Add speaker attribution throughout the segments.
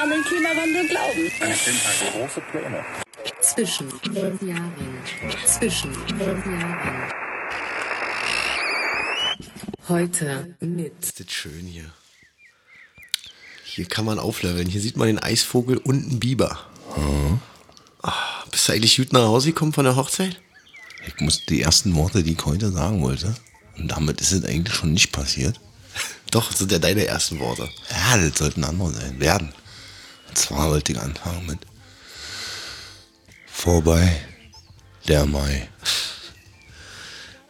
Speaker 1: An den Klimawandel glauben.
Speaker 2: Es sind halt große Pläne.
Speaker 3: Zwischen den Jahren. Zwischen den Jahren. Heute mit.
Speaker 4: Ist das schön hier. Hier kann man aufleveln. Hier sieht man den Eisvogel und einen Biber.
Speaker 5: Hm.
Speaker 4: Ah, bist du eigentlich gut nach Hause gekommen von der Hochzeit?
Speaker 5: Ich muss die ersten Worte, die ich heute sagen wollte. Und damit ist es eigentlich schon nicht passiert.
Speaker 4: Doch, das sind ja deine ersten Worte.
Speaker 5: Ja, das sollten andere sein. Werden. Und zwar wollte ich anfangen mit Vorbei der Mai.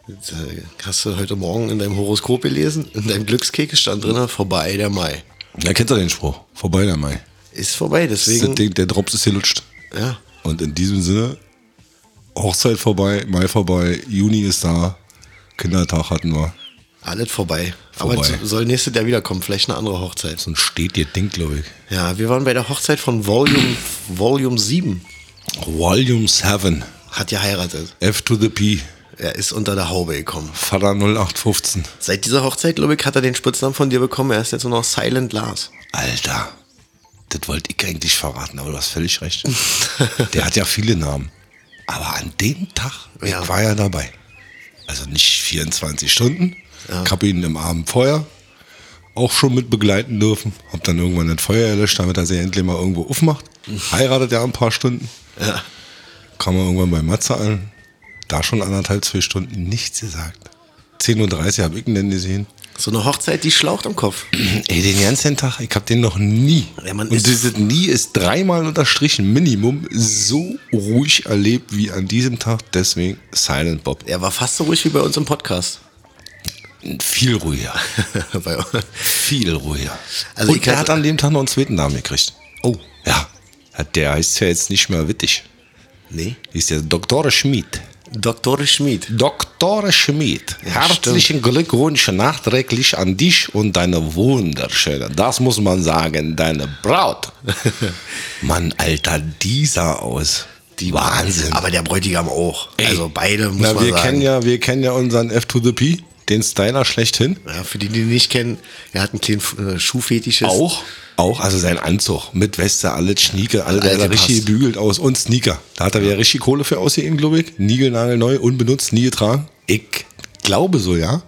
Speaker 4: Das, äh, hast du heute Morgen in deinem Horoskop gelesen? In deinem Glückskeks stand drin, vorbei der Mai.
Speaker 5: Ja, kennt ihr den Spruch? Vorbei der Mai.
Speaker 4: Ist vorbei,
Speaker 5: Das
Speaker 4: deswegen.
Speaker 5: Ding, der Drops ist gelutscht.
Speaker 4: Ja,
Speaker 5: Und in diesem Sinne, Hochzeit vorbei, Mai vorbei, Juni ist da, Kindertag hatten wir.
Speaker 4: alles vorbei. Aber
Speaker 5: Vorbei.
Speaker 4: es soll nächstes Jahr wiederkommen, vielleicht eine andere Hochzeit.
Speaker 5: So ein steht ihr Ding, glaube ich.
Speaker 4: Ja, wir waren bei der Hochzeit von Volume, Volume 7.
Speaker 5: Volume 7,
Speaker 4: Hat ja heiratet.
Speaker 5: F to the P,
Speaker 4: Er ist unter der Haube gekommen.
Speaker 5: Vater 0815.
Speaker 4: Seit dieser Hochzeit, glaube ich, hat er den Spitznamen von dir bekommen. Er ist jetzt nur noch Silent Lars.
Speaker 5: Alter, das wollte ich eigentlich verraten, aber du hast völlig recht. Der hat ja viele Namen. Aber an dem Tag,
Speaker 4: Ja.
Speaker 5: ich war ja dabei. Also nicht 24 Stunden. Ich habe ihn im Abend vorher auch schon mit begleiten dürfen. Hab dann irgendwann das Feuer erlöscht, damit er sich endlich mal irgendwo aufmacht. Heiratet ja ein paar Stunden.
Speaker 4: Ja.
Speaker 5: Kam er irgendwann bei Matze an. Da schon anderthalb, zwei Stunden nichts gesagt. 10.30 Uhr habe ich ihn denn gesehen.
Speaker 4: So eine Hochzeit, die schlaucht am Kopf.
Speaker 5: Ey, den ganzen Tag, ich hab den noch nie.
Speaker 4: Ja, man
Speaker 5: und
Speaker 4: ist-
Speaker 5: dieses nie ist dreimal unterstrichen, Minimum, so ruhig erlebt wie an diesem Tag. Deswegen Silent Bob.
Speaker 4: Er war fast so ruhig wie bei uns im Podcast.
Speaker 5: Viel ruhiger.
Speaker 4: bei,
Speaker 5: Viel ruhiger.
Speaker 4: Also
Speaker 5: Also
Speaker 4: ich
Speaker 5: und er
Speaker 4: hatte-
Speaker 5: hat an dem Tag noch einen zweiten Namen gekriegt. Oh. Ja. Hat- Der heißt ja jetzt nicht mehr Wittig.
Speaker 4: nee.
Speaker 5: Ist ja Dr. Schmid.
Speaker 4: Dr. Schmid.
Speaker 5: Dr. Schmid, herzlichen Glückwunsch nachträglich an dich und deine wunderschöne, das muss man sagen, deine Braut. Mann, Alter, dieser aus. Die Wahnsinn.
Speaker 4: Aber der Bräutigam auch. Also beide, muss
Speaker 5: Na,
Speaker 4: man
Speaker 5: wir
Speaker 4: sagen.
Speaker 5: kennen ja, wir kennen ja unseren F to the P, den Styler schlechthin.
Speaker 4: Ja, für die, die ihn nicht kennen, er hat einen kleinen äh, Schuhfetisch.
Speaker 5: Auch? Auch, also sein Anzug mit Weste, alles Schnieke, alles der
Speaker 4: Alter,
Speaker 5: sah richtig
Speaker 4: passt.
Speaker 5: gebügelt aus und Sneaker. Da hat er wieder richtig Kohle für ausgegeben, glaube ich. Niegelnagelneu, unbenutzt, nie getragen. Ich glaube so, ja.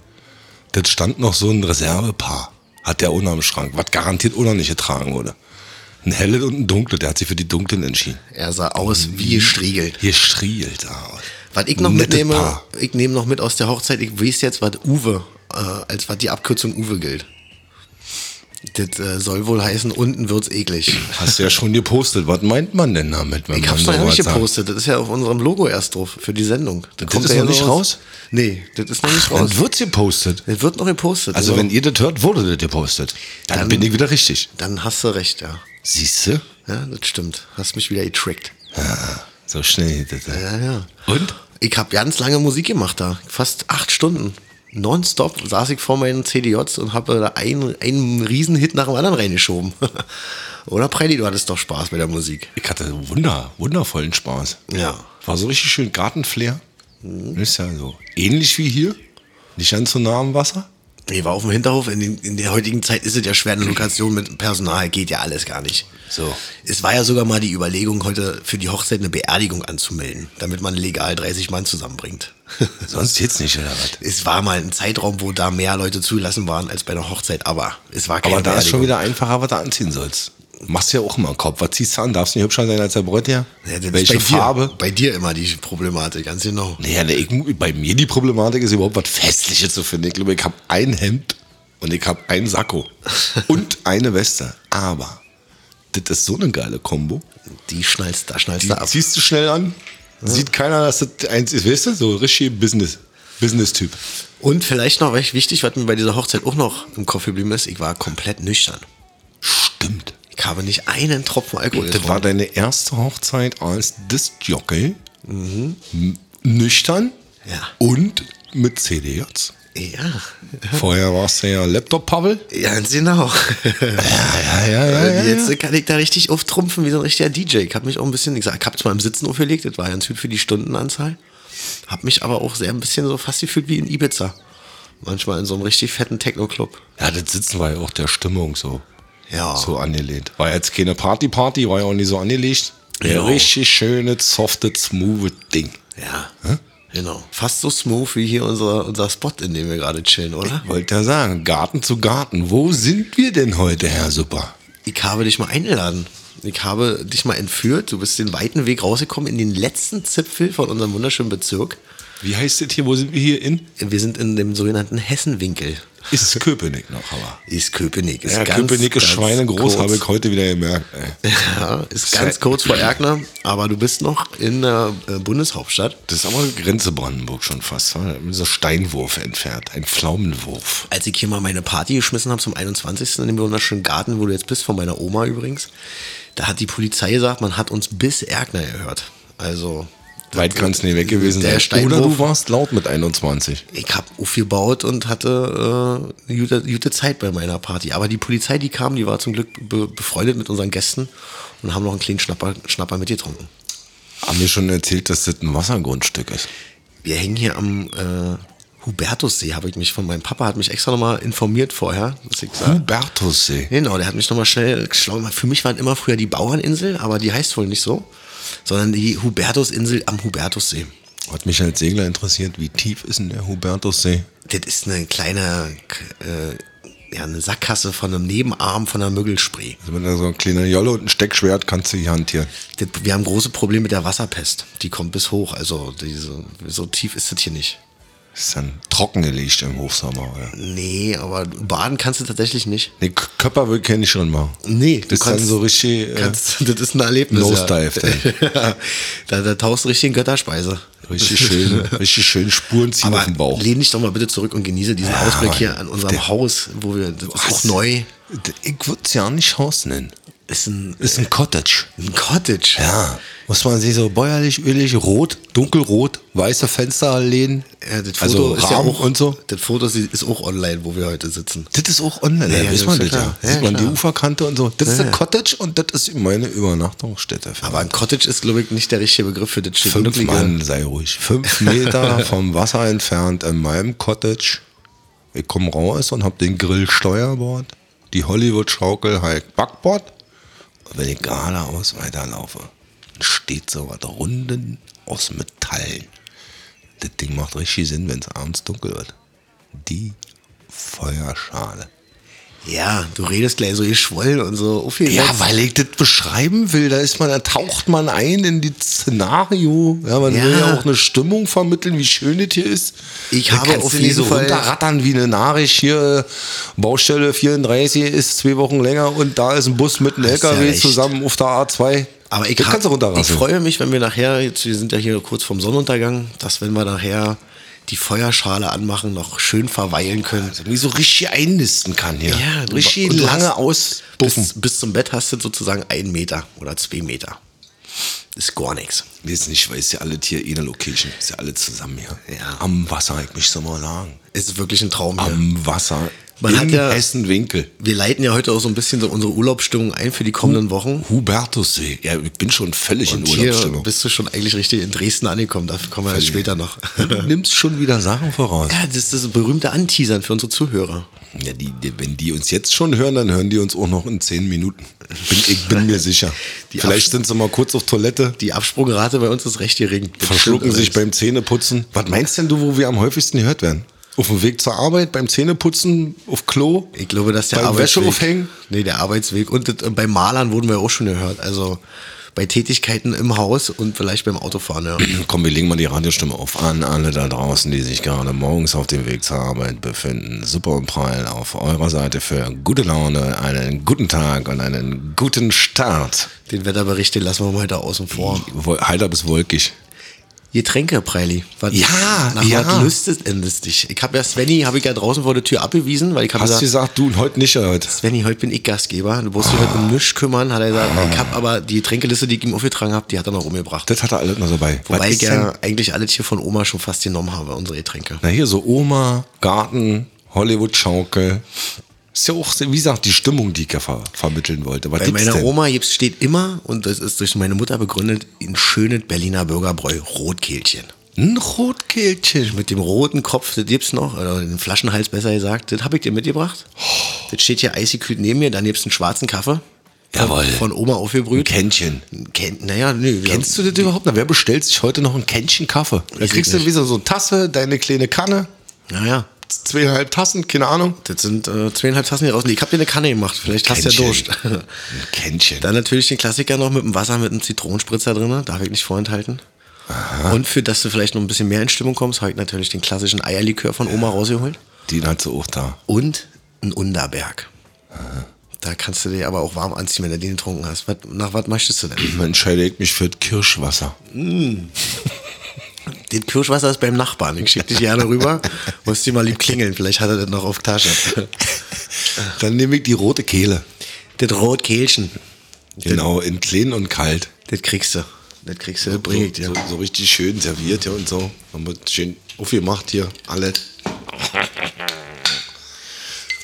Speaker 5: Das stand noch so ein Reservepaar. Hat der unten am Schrank, was garantiert unten nicht getragen wurde. Ein helles und ein dunkles, der hat sich für die dunklen entschieden.
Speaker 4: Er sah aus wie gestriegelt.
Speaker 5: Hier strielt er aus.
Speaker 4: Was ich noch
Speaker 5: Mhm. Nette
Speaker 4: mitnehme,
Speaker 5: Paar.
Speaker 4: ich nehme noch mit aus der Hochzeit, ich weiß jetzt, was Uwe, äh, als was die Abkürzung Uwe gilt. Das äh, soll wohl heißen, unten wird's eklig.
Speaker 5: Hast du ja schon gepostet. Was meint man denn damit, wenn
Speaker 4: Ich
Speaker 5: man
Speaker 4: hab's noch
Speaker 5: sowas
Speaker 4: nicht
Speaker 5: sagt?
Speaker 4: gepostet, das ist ja auf unserem Logo erst drauf für die Sendung. Das,
Speaker 5: ist
Speaker 4: ja
Speaker 5: noch nicht raus?
Speaker 4: Nee, das ist noch nicht raus.
Speaker 5: Dann wird's gepostet.
Speaker 4: Das wird noch gepostet.
Speaker 5: Also, wenn ihr das hört, wurde das gepostet. Dann,
Speaker 4: Dann-
Speaker 5: bin ich wieder richtig.
Speaker 4: Dann hast du recht, ja.
Speaker 5: Siehst du?
Speaker 4: Ja, das stimmt. Hast mich wieder getrickt.
Speaker 5: So schnell. geht das, ja.
Speaker 4: Ja, ja.
Speaker 5: Und?
Speaker 4: Ich habe ganz lange Musik gemacht da. Fast acht Stunden. Nonstop saß ich vor meinen CDJs und habe da einen, einen Riesenhit nach dem anderen reingeschoben. Oder Prelli, du hattest doch Spaß bei der Musik.
Speaker 5: Ich hatte wunder, wundervollen Spaß.
Speaker 4: Ja.
Speaker 5: War so richtig schön Gartenflair.
Speaker 4: Mhm.
Speaker 5: Ist ja so. Ähnlich wie hier. Nicht ganz so nah am Wasser.
Speaker 4: Ich war auf dem Hinterhof. In, den, in der heutigen Zeit ist es ja schwer, eine Lokation mit Personal geht ja alles gar nicht.
Speaker 5: So.
Speaker 4: Es war ja sogar mal die Überlegung, heute für die Hochzeit eine Beerdigung anzumelden, damit man legal 30 Mann zusammenbringt.
Speaker 5: Sonst jetzt nicht, oder was?
Speaker 4: Es war mal ein Zeitraum, wo da mehr Leute zugelassen waren als bei einer Hochzeit, aber es war keine
Speaker 5: Aber da ist schon
Speaker 4: Beerdigung.
Speaker 5: wieder einfacher, was du anziehen sollst. Machst du ja auch immer im Kopf. Was ziehst du an? Darfst nicht hübscher sein als der Bräutigam?
Speaker 4: Ja, das ist
Speaker 5: Welche
Speaker 4: bei dir,
Speaker 5: Farbe?
Speaker 4: Bei dir immer die Problematik, ganz genau.
Speaker 5: Naja, ne, ich, bei mir die Problematik ist überhaupt was Festliches zu finden. Ich glaube, ich habe ein Hemd und ich habe einen Sakko und eine Weste. Aber das ist so eine geile Kombo.
Speaker 4: Die schnallst, da schnallst
Speaker 5: Die
Speaker 4: du ab.
Speaker 5: ziehst du schnell an. Sieht keiner, dass das eins ist. Weißt du, so richtig Business. Business-Typ.
Speaker 4: Und vielleicht noch recht wichtig, was mir bei dieser Hochzeit auch noch im Kopf geblieben ist, ich war komplett nüchtern.
Speaker 5: Stimmt.
Speaker 4: Ich habe nicht einen Tropfen Alkohol
Speaker 5: Das war
Speaker 4: getrunken.
Speaker 5: deine erste Hochzeit als Disc-Jockey. N- Nüchtern.
Speaker 4: Ja.
Speaker 5: Und mit CDJs.
Speaker 4: Ja,
Speaker 5: Vorher warst du ja Laptop-Pavel. Äh,
Speaker 4: ja, ganz genau.
Speaker 5: Ja, ja,
Speaker 4: Und Äh, jetzt kann ich da richtig auftrumpfen wie so ein richtiger DJ. Ich habe mich auch ein bisschen, ich, sag, ich habe zwar im Sitzen aufgelegt, das war ganz gut für die Stundenanzahl, habe mich aber auch sehr ein bisschen so fast gefühlt wie in Ibiza. Manchmal in so einem richtig fetten Techno-Club.
Speaker 5: Ja, das sitzen war ja auch der Stimmung so.
Speaker 4: Ja.
Speaker 5: So angelehnt. War jetzt keine Party-Party, war ja auch nicht so angelegt. Ein
Speaker 4: Ja.
Speaker 5: Richtig schönes, softes, smooth Ding.
Speaker 4: Ja. Genau. Fast so smooth wie hier unser, unser Spot, in dem wir gerade chillen, oder?
Speaker 5: Wollte ja sagen, Garten zu Garten. Wo sind wir denn heute, Herr Super?
Speaker 4: Ich habe dich mal eingeladen. Ich habe dich mal entführt. Du bist den weiten Weg rausgekommen in den letzten Zipfel von unserem wunderschönen Bezirk.
Speaker 5: Wie heißt das hier? Wo sind wir hier in?
Speaker 4: Wir sind in dem sogenannten Hessenwinkel.
Speaker 5: Ist Köpenick noch, aber.
Speaker 4: Ist Köpenick. Ist
Speaker 5: Ja,
Speaker 4: ganz,
Speaker 5: Köpenick ist
Speaker 4: ganz
Speaker 5: schweinegroß,
Speaker 4: kurz.
Speaker 5: habe ich heute wieder gemerkt. Ey.
Speaker 4: Ja, ist ganz kurz vor Erkner, aber du bist noch in der äh, Bundeshauptstadt.
Speaker 5: Das ist aber Grenze Brandenburg schon fast. wa? Dieser Steinwurf entfernt, ein Pflaumenwurf.
Speaker 4: als ich hier mal meine Party geschmissen habe zum 21. in dem wunderschönen Garten, wo du jetzt bist, von meiner Oma übrigens, da hat die Polizei gesagt, man hat uns bis Erkner gehört. Also,
Speaker 5: Weit kann es nicht weg gewesen
Speaker 4: Der
Speaker 5: sein. Oder
Speaker 4: Steinwurf-
Speaker 5: du warst laut mit 21.
Speaker 4: ich habe aufgebaut und hatte äh, eine gute, gute Zeit bei meiner Party. Aber die Polizei, die kam, die war zum Glück be befreundet mit unseren Gästen und haben noch einen kleinen Schnapper, Schnapper mitgetrunken.
Speaker 5: Haben wir schon erzählt, dass das ein Wassergrundstück ist?
Speaker 4: Wir hängen hier am äh, Hubertussee, habe ich mich von meinem Papa, hat mich extra nochmal informiert vorher, dass ich sage.
Speaker 5: Hubertussee.
Speaker 4: Genau, der hat mich nochmal schnell geschlagen. gemacht. Für mich waren immer früher die Bauerninsel, aber die heißt wohl nicht so, sondern die Hubertusinsel am Hubertussee.
Speaker 5: Hat mich als Segler interessiert, wie tief ist denn der Hubertussee?
Speaker 4: Das ist eine kleine äh, ja, eine Sackgasse von einem Nebenarm von einer Müggelspree.
Speaker 5: Also mit so einer kleinen Jolle und einem Steckschwert kannst du hier hantieren.
Speaker 4: Das, wir haben große Probleme mit der Wasserpest. Die kommt bis hoch. Also diese, so tief ist das hier nicht.
Speaker 5: Ist dann trockengelegt im Hochsommer, oder?
Speaker 4: Nee, aber baden kannst du tatsächlich nicht.
Speaker 5: Nee, K- Körper will kenn ich schon mal.
Speaker 4: Nee,
Speaker 5: Das ist dann so richtig, äh,
Speaker 4: Kannst, das ist ein Erlebnis.
Speaker 5: Nosedive,
Speaker 4: ja. da, da tauchst du richtig in Götterspeise.
Speaker 5: Richtig schön, richtig schön Spuren ziehen auf
Speaker 4: Aber
Speaker 5: den Bauch.
Speaker 4: lehn dich doch mal bitte zurück und genieße diesen
Speaker 5: Ja,
Speaker 4: Ausblick
Speaker 5: Mann.
Speaker 4: hier an unserem
Speaker 5: Der-
Speaker 4: Haus, wo wir, das ist auch
Speaker 5: Was?
Speaker 4: neu,
Speaker 5: Ich würde es ja nicht Haus nennen.
Speaker 4: ist ein,
Speaker 5: Ist ein Cottage.
Speaker 4: ein Cottage.
Speaker 5: Ja. Muss man sehen, so bäuerlich, ölig, rot, dunkelrot, weiße Fensterläden.
Speaker 4: Ja, das Foto
Speaker 5: also
Speaker 4: ist ja
Speaker 5: Rahmen
Speaker 4: auch
Speaker 5: und so.
Speaker 4: Das Foto ist- ist auch online, wo wir heute sitzen.
Speaker 5: Das ist auch online,
Speaker 4: Ja,
Speaker 5: ja,
Speaker 4: ja,
Speaker 5: weiß
Speaker 4: das
Speaker 5: man das
Speaker 4: ist ja
Speaker 5: ja.
Speaker 4: klar.
Speaker 5: Sieht
Speaker 4: Ja,
Speaker 5: man die
Speaker 4: klar.
Speaker 5: Uferkante und so. Das ist
Speaker 4: Ja,
Speaker 5: ein
Speaker 4: ja.
Speaker 5: Cottage und das ist meine Übernachtungsstätte.
Speaker 4: Aber ein Cottage ist, glaube ich, nicht der richtige Begriff für das schicke,
Speaker 5: fünf
Speaker 4: glückliche-
Speaker 5: Mann, sei ruhig. Fünf Meter vom Wasser entfernt in meinem Cottage. Ich komme raus und habe den Grill Steuerbord, die Hollywood-Schaukel halt Backbord. Und wenn ich geradeaus weiterlaufe, steht so was Runden aus Metall. Das Ding macht richtig Sinn, wenn es abends dunkel wird. Die Feuerschale.
Speaker 4: Ja, du redest gleich so geschwollen und so Oh, aufgesetzt.
Speaker 5: Ja, weil ich das beschreiben will, da ist man, da taucht man ein in die Szenario. Ja, man
Speaker 4: Ja.
Speaker 5: will ja auch eine Stimmung vermitteln, wie schön das hier ist.
Speaker 4: Ich
Speaker 5: Da
Speaker 4: habe
Speaker 5: kannst
Speaker 4: auf
Speaker 5: du nicht
Speaker 4: jeden
Speaker 5: so
Speaker 4: Fall-
Speaker 5: runterrattern wie eine Nachricht hier, äh, Baustelle 34 ist zwei Wochen länger und da ist ein Bus mit einem
Speaker 4: Hast ja
Speaker 5: LKW
Speaker 4: recht.
Speaker 5: zusammen auf der A2.
Speaker 4: Aber ich,
Speaker 5: das
Speaker 4: hab,
Speaker 5: kannst du
Speaker 4: ich
Speaker 5: runterrasseln.
Speaker 4: freue mich, wenn wir nachher, jetzt, wir sind ja hier kurz vorm Sonnenuntergang, dass wenn wir nachher die Feuerschale anmachen, noch schön verweilen können.
Speaker 5: also, wie so richtig einnisten kann hier.
Speaker 4: Ja, du-
Speaker 5: richtig
Speaker 4: und du
Speaker 5: lange
Speaker 4: hast-
Speaker 5: ausbuffen.
Speaker 4: bis, bis zum Bett hast du sozusagen einen Meter oder zwei Meter. Ist gar nichts.
Speaker 5: Wissen nicht, weil ist ja alle Tier in der Location. Ist ja alle zusammen hier.
Speaker 4: Ja.
Speaker 5: Am Wasser, ich mich so mal lang.
Speaker 4: Ist wirklich ein Traum hier.
Speaker 5: Am Wasser.
Speaker 4: Man
Speaker 5: in
Speaker 4: hat ja-
Speaker 5: Hessenwinkel.
Speaker 4: Wir leiten ja heute auch so ein bisschen so unsere Urlaubsstimmung ein für die kommenden Wochen.
Speaker 5: Hubertussee. Ja, ich bin schon völlig
Speaker 4: Und
Speaker 5: in
Speaker 4: hier
Speaker 5: Urlaubsstimmung.
Speaker 4: bist du schon eigentlich richtig in Dresden angekommen. Dafür kommen wir ja später noch.
Speaker 5: Du nimmst schon wieder Sachen voraus.
Speaker 4: Ja, das ist das berühmte Anteasern für unsere Zuhörer.
Speaker 5: Ja, die, die, wenn die uns jetzt schon hören, dann hören die uns auch noch in zehn Minuten. Bin, ich bin mir sicher.
Speaker 4: Die
Speaker 5: Vielleicht
Speaker 4: Abs-
Speaker 5: sind sie mal kurz auf Toilette,
Speaker 4: Die Absprungrate bei uns ist recht gering. Das
Speaker 5: verschlucken
Speaker 4: stimmt
Speaker 5: sich
Speaker 4: allerdings.
Speaker 5: beim Zähneputzen. Was meinst denn du, wo wir am häufigsten gehört werden? Auf dem Weg zur Arbeit, beim Zähneputzen, auf Klo?
Speaker 4: Ich glaube, dass der
Speaker 5: beim
Speaker 4: Arbeitsweg.
Speaker 5: Wäsche aufhängen?
Speaker 4: Nee, der Arbeitsweg. Und das, äh, bei Malern wurden wir auch schon gehört. Also bei Tätigkeiten im Haus und vielleicht beim Autofahren, ja.
Speaker 5: Komm, wir legen mal die Radiostimme auf an alle da draußen, die sich gerade morgens auf dem Weg zur Arbeit befinden. Super und Prall auf eurer Seite für gute Laune, einen guten Tag und einen guten Start.
Speaker 4: Den Wetterbericht, den lassen wir mal da außen vor.
Speaker 5: Wo- Heiter bis wolkig.
Speaker 4: Getränke, Preili. Was,
Speaker 5: Ja,
Speaker 4: nach
Speaker 5: ja.
Speaker 4: was lüstet endlich dich? Ich habe ja Svenny, habe ich ja draußen vor der Tür abgewiesen, weil ich habe
Speaker 5: Hast du
Speaker 4: gesagt,
Speaker 5: gesagt, du und heute nicht heute?
Speaker 4: Svenny, heute bin ich Gastgeber, du musst dich heute um nichts kümmern, hat er gesagt. Ich habe aber die Getränkeliste, die ich ihm aufgetragen habe, die hat er noch umgebracht.
Speaker 5: Ah. Das hat er alles noch dabei. Was
Speaker 4: Wobei ich
Speaker 5: ist
Speaker 4: ja
Speaker 5: denn-
Speaker 4: eigentlich alles hier von Oma schon fast genommen habe, unsere Getränke.
Speaker 5: Na hier, so Oma, Garten, Hollywood-Schaukel. Ist ja auch, wie gesagt, die Stimmung, die ich ja ver vermitteln wollte. Was
Speaker 4: Bei
Speaker 5: gibt's
Speaker 4: meiner
Speaker 5: denn?
Speaker 4: Oma gibt's, steht immer, und das ist durch meine Mutter begründet, in schönes Berliner Bürgerbräu Rotkehlchen.
Speaker 5: Ein Rotkehlchen.
Speaker 4: Mit dem roten Kopf, das gibt's noch, oder den Flaschenhals besser gesagt, das habe ich dir mitgebracht.
Speaker 5: Oh.
Speaker 4: Das steht hier eisgekühlt neben mir, dann gibt's einen schwarzen Kaffee.
Speaker 5: Jawohl.
Speaker 4: Von Oma aufgebrüht.
Speaker 5: Kännchen.
Speaker 4: Kennt, naja, nö. wir
Speaker 5: Kennst du das überhaupt? Na, wer bestellt sich heute noch ein Kännchen Kaffee? Da
Speaker 4: Ich
Speaker 5: kriegst
Speaker 4: nicht.
Speaker 5: du wie so so eine Tasse, deine kleine Kanne,
Speaker 4: Naja,
Speaker 5: zweieinhalb Tassen, keine Ahnung.
Speaker 4: das sind äh, zweieinhalb Tassen hier raus. Nee, Ich hab dir eine Kanne gemacht, vielleicht hast du ja Durst.
Speaker 5: Kännchen. Ein Kännchen.
Speaker 4: Dann natürlich den Klassiker noch mit dem Wasser, mit einem Zitronenspritzer drin, ne? darf ich nicht vorenthalten. Und für, dass du vielleicht noch ein bisschen mehr in Stimmung kommst, habe ich natürlich den klassischen Eierlikör von Oma rausgeholt.
Speaker 5: Den
Speaker 4: halt
Speaker 5: hat sie auch da.
Speaker 4: Und ein Underberg. Da kannst du dir aber auch warm anziehen, wenn du den getrunken hast. Was, nach was möchtest du denn?
Speaker 5: Dann entscheide ich mich für das Kirschwasser.
Speaker 4: Das Kirschwasser ist beim Nachbarn. Ich schick dich gerne rüber. Musst dir mal lieb klingeln. Vielleicht hat er das noch auf Tasche.
Speaker 5: Dann nehme ich die rote Kehle.
Speaker 4: Das Rotkehlchen.
Speaker 5: Genau, in klein und kalt.
Speaker 4: Das kriegst du. Das kriegst du. Das bring ich dir.
Speaker 5: So, so richtig schön serviert ja und so. Dann wird schön aufgemacht hier, alle.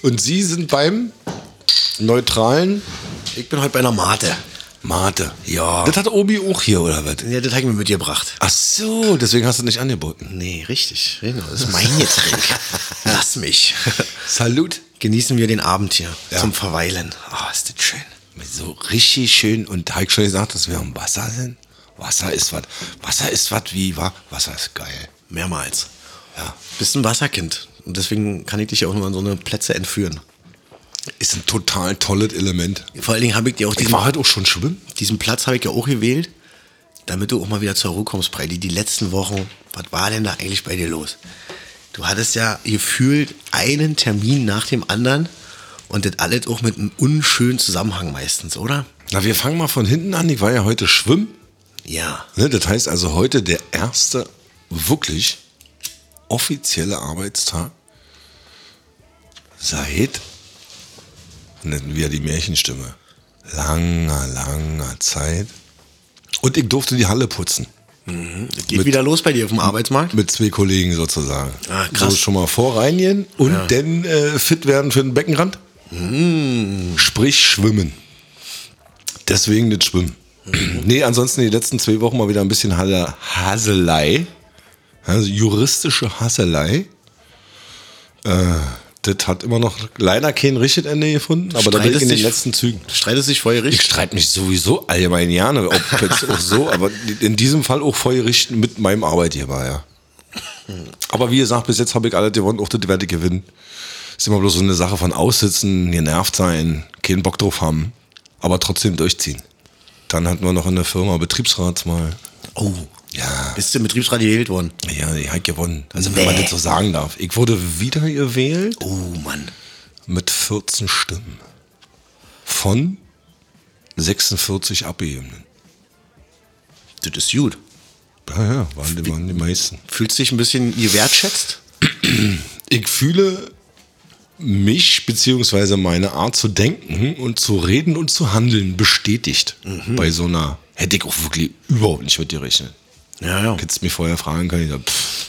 Speaker 5: Und Sie sind beim neutralen
Speaker 4: Ich bin heute bei einer Mate.
Speaker 5: Mate. Ja. Das hat Obi auch hier, oder was?
Speaker 4: Ja, das habe ich mir mitgebracht.
Speaker 5: Ach so, deswegen hast du nicht angeboten.
Speaker 4: Nee, richtig. Genau, Das ist mein Getränk. Lass mich.
Speaker 5: Salut.
Speaker 4: Genießen wir den Abend hier
Speaker 5: Ja.
Speaker 4: zum Verweilen. Ah, ist das schön.
Speaker 5: So richtig schön. Und habe ich schon gesagt, dass wir am Wasser sind? Wasser ist was. Wasser ist was wie, wa? Wasser ist geil.
Speaker 4: Mehrmals.
Speaker 5: Ja.
Speaker 4: Bist ein Wasserkind. Und deswegen kann ich dich ja auch nur an so eine Plätze entführen.
Speaker 5: Ist ein total tolles Element.
Speaker 4: Vor allen Dingen habe ich dir auch
Speaker 5: Ich
Speaker 4: diesen,
Speaker 5: war halt auch schon schwimmen.
Speaker 4: diesen Platz habe ich ja auch gewählt, damit du auch mal wieder zur Ruhe kommst, Breidi. Die letzten Wochen, was war denn da eigentlich bei dir los? Du hattest ja gefühlt einen Termin nach dem anderen und das alles auch mit einem unschönen Zusammenhang meistens, oder?
Speaker 5: Na, wir fangen mal von hinten an. Ich war ja heute schwimmen.
Speaker 4: Ja.
Speaker 5: Ne, das heißt also heute der erste wirklich offizielle Arbeitstag seit, nennen wir die Märchenstimme, langer, langer Zeit. Und ich durfte die Halle putzen.
Speaker 4: Das geht wieder los bei dir auf dem Arbeitsmarkt?
Speaker 5: Mit zwei Kollegen sozusagen.
Speaker 4: Ah, krass.
Speaker 5: So schon mal vorreinigen und dann äh, fit werden für den Beckenrand.
Speaker 4: Hm.
Speaker 5: Sprich schwimmen. Deswegen das Schwimmen.
Speaker 4: Mhm.
Speaker 5: nee, ansonsten die letzten zwei Wochen mal wieder ein bisschen Halle- Haselei. Also juristische Hasselei. Äh, das hat immer noch leider kein Richtende gefunden, aber da bin ich in den
Speaker 4: dich-
Speaker 5: letzten Zügen.
Speaker 4: Streitest dich vor
Speaker 5: Ich
Speaker 4: Gericht?
Speaker 5: streite mich sowieso allgemein gerne, ob jetzt auch so, aber in diesem Fall auch Feuerrichten mit meinem Arbeitgeber, ja. Aber wie gesagt, bis jetzt habe ich alle gewonnen, auch das werde ich gewinnen. Ist immer bloß so eine Sache von aussitzen, genervt sein, keinen Bock drauf haben, aber trotzdem durchziehen. Dann hatten wir noch in der Firma Betriebsratswahl.
Speaker 4: Oh,
Speaker 5: Ja,
Speaker 4: bist du im Betriebsrat gewählt worden?
Speaker 5: ja, ich habe gewonnen. Also wenn man das so sagen darf. Ich wurde wiedergewählt
Speaker 4: Oh Mann.
Speaker 5: mit 14 Stimmen von 46 Abgegebenen.
Speaker 4: Das ist gut.
Speaker 5: Ja, ja, waren die, waren die meisten.
Speaker 4: Fühlst dich ein bisschen gewertschätzt?
Speaker 5: Ich fühle mich beziehungsweise meine Art zu denken und zu reden und zu handeln bestätigt bei so einer. Hätte ich auch wirklich überhaupt nicht mit dir rechnen.
Speaker 4: Ja, ja.
Speaker 5: Hättest du mich vorher fragen können, ich sag, pff,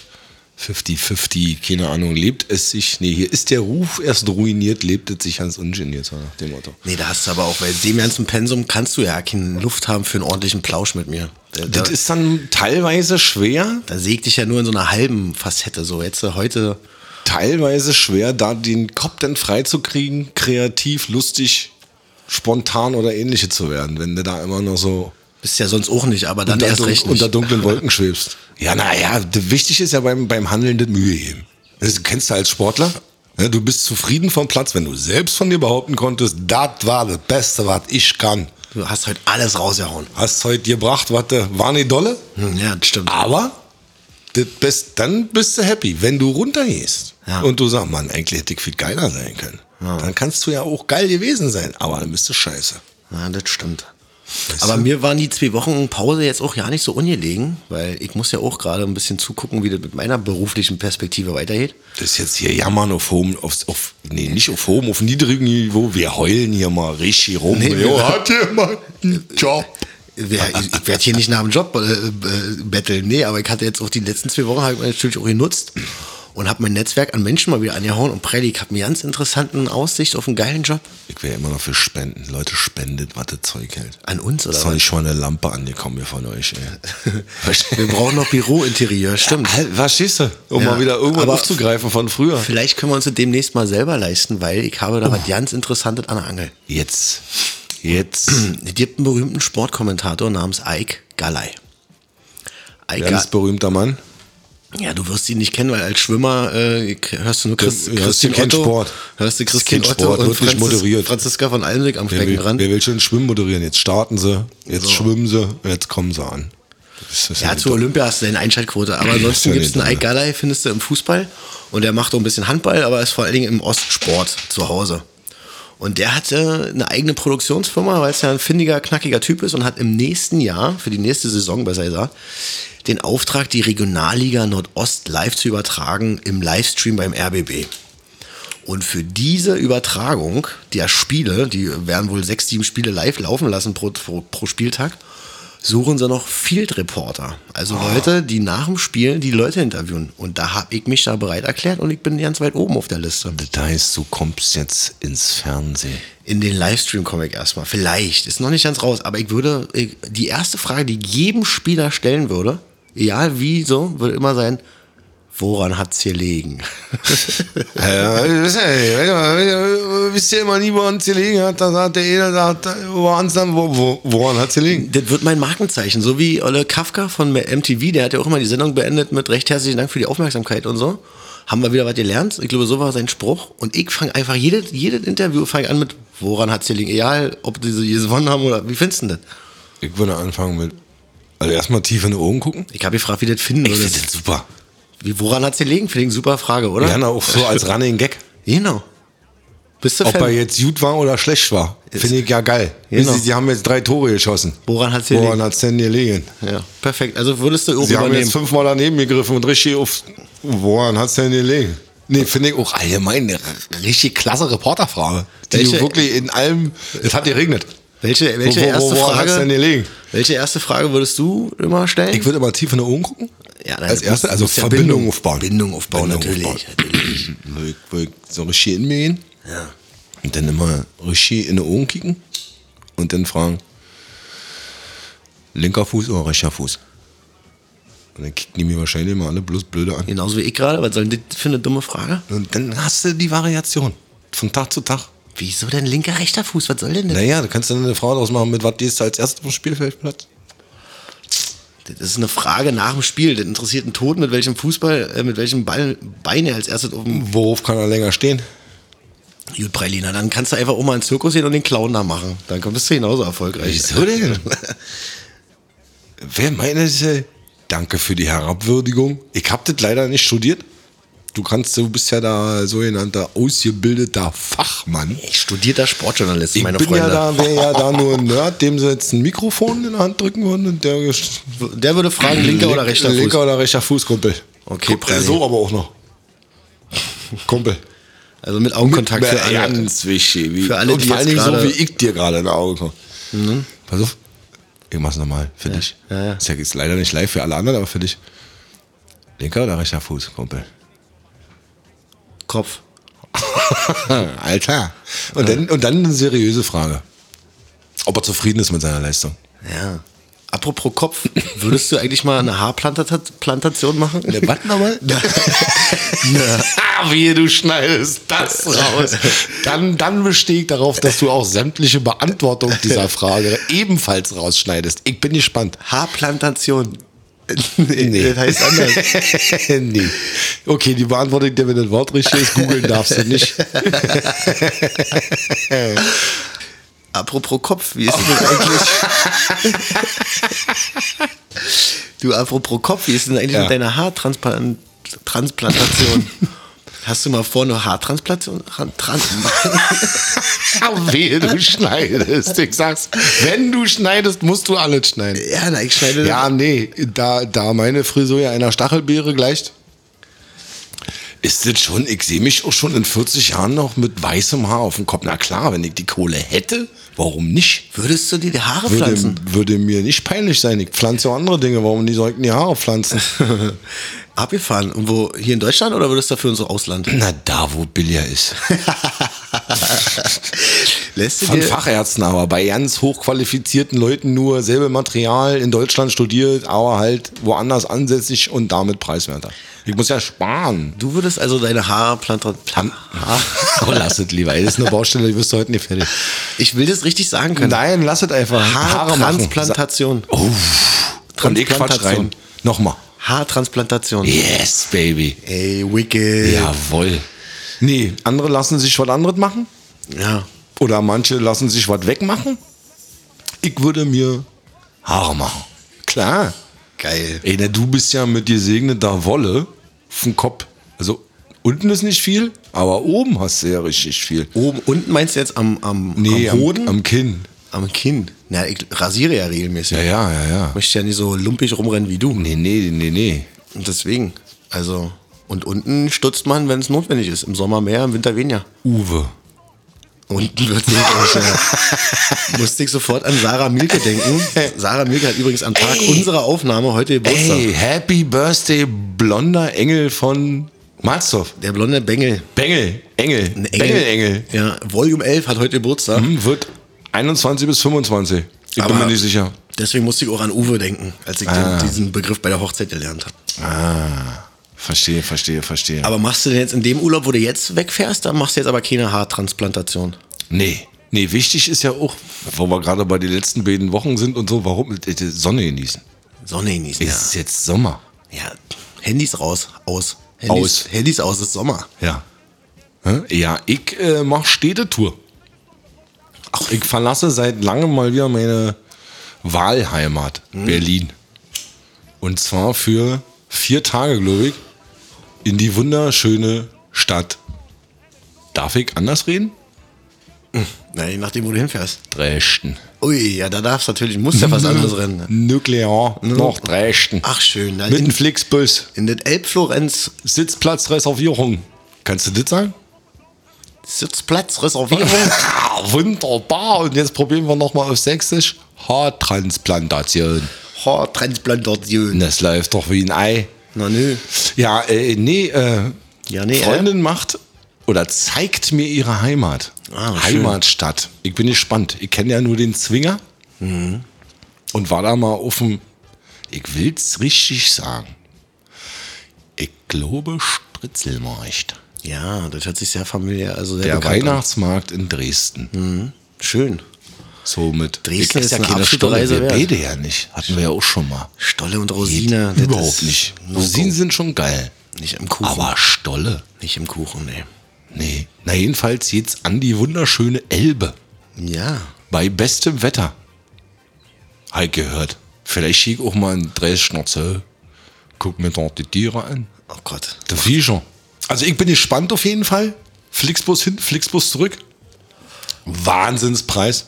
Speaker 5: 50-50, keine Ahnung, lebt es sich? Nee, hier ist der Ruf erst ruiniert, lebt es sich ganz ungeniert, so nach dem Motto.
Speaker 4: Nee, da hast du aber auch, weil dem ganzen Pensum kannst du ja keine Luft haben für einen ordentlichen Plausch mit mir. Da, da,
Speaker 5: Das ist dann teilweise schwer,
Speaker 4: da sägt dich ja nur in so einer halben Facette. So, jetzt äh, heute,
Speaker 5: teilweise schwer, da den Kopf dann freizukriegen, kreativ, lustig, spontan oder ähnliche zu werden, wenn du da immer noch so
Speaker 4: bist ja sonst auch nicht, aber dann
Speaker 5: unter,
Speaker 4: erst
Speaker 5: dun-
Speaker 4: recht nicht.
Speaker 5: unter dunklen Wolken schwebst. Ja, naja, wichtig ist ja beim, beim Handeln das Mühe geben. Das kennst du als Sportler. ne, Du bist zufrieden vom Platz, wenn du selbst von dir behaupten konntest, das war das Beste, was ich kann.
Speaker 4: Du hast heute alles rausgehauen.
Speaker 5: Hast heute gebracht, was du- war nicht dolle,
Speaker 4: Hm, Ja, das stimmt.
Speaker 5: aber das bist, dann bist du happy. Wenn du runtergehst
Speaker 4: Ja.
Speaker 5: und du sagst, Mann, eigentlich hätte ich viel geiler sein können, dann kannst du ja auch geil gewesen sein, aber dann bist du scheiße.
Speaker 4: Ja, das stimmt.
Speaker 5: Weißt
Speaker 4: Aber
Speaker 5: du?
Speaker 4: mir waren die zwei Wochen Pause jetzt auch ja nicht so ungelegen, weil ich muss ja auch gerade ein bisschen zugucken, wie das mit meiner beruflichen Perspektive weitergeht.
Speaker 5: Das ist jetzt hier Jammern auf hohem, auf, auf, nee, nicht auf hohem, auf niedrigem Niveau. Wir heulen hier mal richtig rum.
Speaker 4: Nee,
Speaker 5: Jo,
Speaker 4: wir-
Speaker 5: hat jemand einen Job?
Speaker 4: Wer- Ich, ich werde hier nicht nach dem Job äh, äh, betteln, nee, aber ich hatte jetzt auch die letzten zwei Wochen halt natürlich auch genutzt und habe mein Netzwerk an Menschen mal wieder angehauen und Prelik hat mir ganz interessanten Aussicht auf einen geilen Job
Speaker 5: Ich wäre immer noch für Spenden. Leute, spendet, was das Zeug hält.
Speaker 4: an uns oder
Speaker 5: Ist doch nicht schon eine Lampe angekommen hier von euch, ey.
Speaker 4: was? Wir brauchen noch Bürointerieur, stimmt.
Speaker 5: Halt, Verstehst du? Um
Speaker 4: Ja,
Speaker 5: mal wieder irgendwann
Speaker 4: aber-
Speaker 5: aufzugreifen von früher.
Speaker 4: Vielleicht können wir uns das demnächst mal selber leisten, weil ich habe da
Speaker 5: Oh.
Speaker 4: was ganz Interessantes an der Angel.
Speaker 5: Jetzt. Jetzt.
Speaker 4: Es gibt einen berühmten Sportkommentator namens Ike Galay. Ike
Speaker 5: Ganz
Speaker 4: Ga-
Speaker 5: berühmter Mann.
Speaker 4: ja, du wirst ihn nicht kennen, weil als Schwimmer äh, hörst du nur Chris,
Speaker 5: Ja, hörst
Speaker 4: Christian
Speaker 5: du keinen
Speaker 4: Otto.
Speaker 5: Sport.
Speaker 4: Hörst du
Speaker 5: Ist
Speaker 4: Christian
Speaker 5: kein
Speaker 4: Otto
Speaker 5: Sport,
Speaker 4: und
Speaker 5: wird nicht
Speaker 4: Franzis,
Speaker 5: moderiert.
Speaker 4: Franziska von Almsig am
Speaker 5: Wer will,
Speaker 4: Beckenrand.
Speaker 5: wer will schon Schwimmen moderieren? Jetzt starten sie, jetzt
Speaker 4: So.
Speaker 5: schwimmen sie, jetzt kommen sie an. Das ist
Speaker 4: Ja,
Speaker 5: nicht
Speaker 4: zu
Speaker 5: dumm.
Speaker 4: Olympia hast du eine Einschaltquote. Aber ansonsten
Speaker 5: Ja,
Speaker 4: gibt es
Speaker 5: nee,
Speaker 4: einen Ike Galay, findest du im Fußball. Und der macht auch ein bisschen Handball, aber ist vor allen Dingen im Ostsport zu Hause. Und der hatte eine eigene Produktionsfirma, weil es ja ein findiger, knackiger Typ ist und hat im nächsten Jahr, für die nächste Saison besser gesagt, den Auftrag, die Regionalliga Nordost live zu übertragen im Livestream beim RBB. Und für diese Übertragung der Spiele, die werden wohl sechs, sieben Spiele live laufen lassen pro, pro, pro Spieltag, suchen sie noch Field Reporter. Also Leute, die nach dem Spiel die Leute interviewen. Und da habe ich mich da bereit erklärt und ich bin ganz weit oben auf der Liste.
Speaker 5: Das heißt, du kommst jetzt ins Fernsehen.
Speaker 4: In den Livestream komme ich erstmal. Vielleicht. Ist noch nicht ganz raus. Aber ich würde, ich, die erste Frage, die ich jedem Spieler stellen würde, egal wie so, würde immer sein, woran hat's hier liegen?
Speaker 5: Ja, ich weiß nicht, weiß nicht, wisst ihr immer nie, woran es gelegen hat? Dann sagt der Eder, da hat- woran's dann, wo, wo, woran hat es gelegen?
Speaker 4: Das wird mein Markenzeichen. So wie Olle Kafka von MTV, der hat ja auch immer die Sendung beendet mit recht herzlichen Dank für die Aufmerksamkeit und so. Haben wir wieder was gelernt? Ich glaube, so war sein Spruch. Und ich fange einfach jedes, jedes Interview fang ich an mit, woran hat's hier liegen? Egal, ob die so gewonnen haben oder wie findest du denn das?
Speaker 5: Ich würde anfangen mit, also erstmal tief in die Augen gucken.
Speaker 4: Ich habe gefragt, wie du das finden
Speaker 5: Ich finde
Speaker 4: würdest.
Speaker 5: das super.
Speaker 4: Wie, woran hat's hier liegen? Finde ich eine super Frage, oder?
Speaker 5: Gerne auch so als Running Gag.
Speaker 4: Genau. Bist du
Speaker 5: Ob
Speaker 4: Fan?
Speaker 5: er jetzt gut war oder schlecht war, finde ich ja geil.
Speaker 4: Genau.
Speaker 5: Wissen Sie, Die haben jetzt drei Tore geschossen.
Speaker 4: Woran hat's hier
Speaker 5: Woran
Speaker 4: liegen?
Speaker 5: hat es denn gelegen?
Speaker 4: Ja, perfekt. Also würdest du oben
Speaker 5: Sie haben jetzt
Speaker 4: übernehmen.
Speaker 5: fünfmal daneben gegriffen und richtig auf. Woran hat's denn gelegen? Nee, finde ich auch allgemein eine r- richtig klasse Reporterfrage. Die
Speaker 4: Welche-
Speaker 5: wirklich in allem. Es hat geregnet.
Speaker 4: Welche, welche
Speaker 5: Wo- wo-
Speaker 4: erste
Speaker 5: woran hat's denn
Speaker 4: Frage?
Speaker 5: gelegen?
Speaker 4: Welche erste Frage würdest du immer stellen?
Speaker 5: Ich würde immer tief in die Augen gucken.
Speaker 4: Ja, dann
Speaker 5: Als erste,
Speaker 4: muss-
Speaker 5: also
Speaker 4: muss ja
Speaker 5: Verbindung,
Speaker 4: Bindung-
Speaker 5: aufbauen.
Speaker 4: Bindung aufbauen, natürlich,
Speaker 5: natürlich. Würde ich, würde ich so richtig in mir gehen. Ja. Und dann immer richtig in die Augen kicken. Und dann fragen: linker Fuß oder rechter Fuß? Und dann kicken die mir wahrscheinlich immer alle bloß blöde an.
Speaker 4: Genauso wie ich gerade. Was soll denn das für eine dumme Frage?
Speaker 5: Und dann hast du die Variation. Von Tag zu Tag.
Speaker 4: Wieso denn linker, rechter Fuß? Was soll denn das?
Speaker 5: Naja, du kannst dann eine Frau draus machen, mit was gehst du als erstes vom Spielfeldplatz?
Speaker 4: Das ist eine Frage nach dem Spiel. Das interessiert einen Toten, mit welchem Fußball, äh, mit welchem Ball, Bein er als erstes auf dem
Speaker 5: Worauf kann er länger stehen?
Speaker 4: Gut, Breilina, dann kannst du einfach auch mal in den Zirkus gehen und den Clown da machen. Dann bist du genauso erfolgreich.
Speaker 5: Wieso denn? Wer meint das? äh, Danke für die Herabwürdigung. Ich hab das leider nicht studiert. Du kannst, du bist ja da sogenannter ausgebildeter Fachmann.
Speaker 4: Ich studierter Sportjournalist,
Speaker 5: Ich
Speaker 4: meine
Speaker 5: bin
Speaker 4: Freunde.
Speaker 5: ja da, wäre ja da nur ein Nerd, dem sie jetzt ein Mikrofon in der Hand drücken würden und der
Speaker 4: Der würde fragen, linker
Speaker 5: Link-
Speaker 4: oder rechter
Speaker 5: Linker
Speaker 4: Fuß.
Speaker 5: oder rechter Fuß, Kumpel.
Speaker 4: Okay,
Speaker 5: Kumpel,
Speaker 4: Pralli.
Speaker 5: So aber auch noch. Kumpel.
Speaker 4: Also mit Augenkontakt für alle.
Speaker 5: Ganz wichtig. Wie,
Speaker 4: für alle,
Speaker 5: und
Speaker 4: die
Speaker 5: vor
Speaker 4: jetzt
Speaker 5: allen Dingen so,
Speaker 4: gerade- Mhm.
Speaker 5: wie ich dir gerade in die Augen komme. Pass auf. Ich mach's nochmal. Für dich.
Speaker 4: ja, ja.
Speaker 5: Ist ja jetzt leider nicht live für alle anderen, aber für dich. Linker oder rechter Fuß, Kumpel?
Speaker 4: Kopf.
Speaker 5: Alter. Und, dann, und dann eine seriöse Frage. Ob er zufrieden ist mit seiner Leistung.
Speaker 4: Ja. Apropos Kopf, würdest du eigentlich mal eine Haarplantation machen?
Speaker 5: Ne, was nochmal? Ah, wie du schneidest das raus. Dann, dann bestehe ich darauf, dass du auch sämtliche Beantwortung dieser Frage ebenfalls rausschneidest. Ich bin gespannt.
Speaker 4: Haarplantation.
Speaker 5: Nee.
Speaker 4: Das heißt anders.
Speaker 5: nee. Okay, die Beantwortung, der mir das Wort richtig ist, googeln darfst du nicht.
Speaker 4: Apropos Kopf, wie ist denn
Speaker 5: Oh.
Speaker 4: das eigentlich? du, apropos Kopf, wie ist denn eigentlich
Speaker 5: Ja.
Speaker 4: mit deiner Haartransplantation? Transplantation? Hast du mal vor, eine Haartransplantation? Ran- Trans
Speaker 5: Aber wehe, du schneidest. Ich sag's, wenn du schneidest, musst du alles schneiden.
Speaker 4: ja, na, ich schneide
Speaker 5: Ja, nee, da, da meine Frisur ja einer Stachelbeere gleicht. Ist das schon, ich sehe mich auch schon in 40 Jahren noch mit weißem Haar auf dem Kopf. Na klar, wenn ich die Kohle hätte, Warum nicht?
Speaker 4: Würdest du dir die Haare
Speaker 5: Würde,
Speaker 4: pflanzen?
Speaker 5: würde mir nicht peinlich sein. Ich pflanze auch andere Dinge. Warum die sollten die Haare pflanzen?
Speaker 4: Abgefahren. Und wo? Hier in Deutschland oder würdest du dafür ins Ausland?
Speaker 5: Na, da, wo Billia ist.
Speaker 4: Lässt du
Speaker 5: Von
Speaker 4: dir,
Speaker 5: Fachärzten aber, bei ganz hochqualifizierten Leuten nur selbe Material in Deutschland studiert, aber halt woanders ansässig und damit preiswerter. Ich muss ja sparen.
Speaker 4: du würdest also deine Haare planten. Plan
Speaker 5: Oh, lass es lieber. Ey, Das ist eine Baustelle, die wirst du heute nicht fertig.
Speaker 4: ich will das richtig sagen können.
Speaker 5: Nein, lass es einfach.
Speaker 4: Haartransplantation.
Speaker 5: Und ich quatsch rein. Nochmal.
Speaker 4: Haartransplantation.
Speaker 5: Yes, baby.
Speaker 4: Ey, wicked.
Speaker 5: Jawohl. Nee, andere lassen sich was anderes machen.
Speaker 4: ja.
Speaker 5: Oder manche lassen sich was wegmachen. Ich würde mir Haare machen. Klar.
Speaker 4: Geil.
Speaker 5: Ey, na, du bist ja mit gesegneter Wolle vom Kopf. Also unten ist nicht viel, aber oben hast du ja richtig viel.
Speaker 4: Oben, unten meinst du jetzt am, am,
Speaker 5: Nee,
Speaker 4: am Boden?
Speaker 5: Am, am Kinn.
Speaker 4: Am Kinn. Na, ich rasiere ja regelmäßig.
Speaker 5: Ja, ja, ja, ja.
Speaker 4: Ich möchte ja nicht so lumpig rumrennen wie du.
Speaker 5: Nee, nee, nee, nee.
Speaker 4: Und deswegen. Also. Und unten stutzt man, wenn es notwendig ist. Im Sommer mehr, im Winter weniger.
Speaker 5: Uwe.
Speaker 4: Unten wird es Musste ich sofort an Sarah Mielke denken. Sarah Mielke hat übrigens am Tag
Speaker 5: Ey.
Speaker 4: unserer Aufnahme heute Geburtstag.
Speaker 5: Ey, Happy Birthday, blonder Engel von Marzov.
Speaker 4: Der blonde Bengel.
Speaker 5: Bengel, Engel.
Speaker 4: Ein
Speaker 5: Bengel, Engel.
Speaker 4: Ja, Volume 11 hat heute Geburtstag.
Speaker 5: Hm, wird 21 bis 25. Ich bin
Speaker 4: Aber
Speaker 5: mir nicht sicher.
Speaker 4: Deswegen musste ich auch an Uwe denken, als ich den, diesen Begriff bei der Hochzeit gelernt habe.
Speaker 5: Ah, verstehe, verstehe, verstehe.
Speaker 4: Aber machst du denn jetzt in dem Urlaub, wo du jetzt wegfährst, dann machst du jetzt aber keine Haartransplantation.
Speaker 5: Nee. Nee, wichtig ist ja auch, wo wir gerade bei den letzten beiden Wochen sind und so, warum äh, die Sonne genießen.
Speaker 4: Sonne genießen.
Speaker 5: Es ist jetzt Sommer.
Speaker 4: Ja. ja. Handys raus, aus. Handys,
Speaker 5: Aus.
Speaker 4: Handys aus, ist Sommer.
Speaker 5: Ja. Hä? Ja, ich äh, mache Städtetour. Ach, ich verlasse seit langem mal wieder meine Wahlheimat, Berlin. Und zwar für vier Tage, glaube ich, in die wunderschöne Stadt. Darf ich anders reden?
Speaker 4: Na, je nachdem, wo du hinfährst.
Speaker 5: Dresden.
Speaker 4: Ui, ja, da darfst du natürlich, musst ja was anderes rennen. ne?
Speaker 5: Nuklear, noch Dresden.
Speaker 4: Ach, schön. Na,
Speaker 5: Mit
Speaker 4: in,
Speaker 5: dem Flixbus.
Speaker 4: in das Elbflorenz
Speaker 5: Sitzplatzreservierung. Kannst du das sagen?
Speaker 4: Sitzplatz, Reservierung.
Speaker 5: Ah, Wunderbar. Und jetzt probieren wir nochmal auf Sächsisch. Haartransplantation.
Speaker 4: Haartransplantation.
Speaker 5: Das läuft doch wie ein Ei.
Speaker 4: Na, nö.
Speaker 5: Ja, äh, nee, äh,
Speaker 4: Ja, nee,
Speaker 5: Freundin macht oder zeigt mir ihre Heimat.
Speaker 4: Ah, schön.
Speaker 5: Heimatstadt. Ich bin gespannt. Ich kenne ja nur den Zwinger
Speaker 4: Mhm.
Speaker 5: und war da mal auf dem, ich will's richtig sagen, ich glaube Stritzelmarkt.
Speaker 4: Ja, das hört sich sehr familiär, also sehr
Speaker 5: Der
Speaker 4: bekannt an.
Speaker 5: Weihnachtsmarkt in Dresden.
Speaker 4: Schön.
Speaker 5: So mit
Speaker 4: Dresden
Speaker 5: Ich esse
Speaker 4: ist eine absolute Reise
Speaker 5: wir
Speaker 4: wert.
Speaker 5: Bede ja nicht. Hatten wir ja auch schon mal.
Speaker 4: Stolle und
Speaker 5: Geht
Speaker 4: Rosine. das
Speaker 5: überhaupt
Speaker 4: ist
Speaker 5: nicht.
Speaker 4: No-Go.
Speaker 5: Rosinen sind schon geil.
Speaker 4: Nicht im Kuchen.
Speaker 5: Aber Stolle.
Speaker 4: Nicht im Kuchen, ey.
Speaker 5: Nee. Na, jedenfalls jetzt an die wunderschöne Elbe.
Speaker 4: Ja.
Speaker 5: Bei bestem Wetter. Halt gehört. Vielleicht schick auch mal einen Drehschnurze. Guck mir doch die Tiere an.
Speaker 4: Oh Gott.
Speaker 5: Das sehe ich schon. Also ich bin gespannt auf jeden Fall. Flixbus hin, Flixbus zurück. Wahnsinnspreis.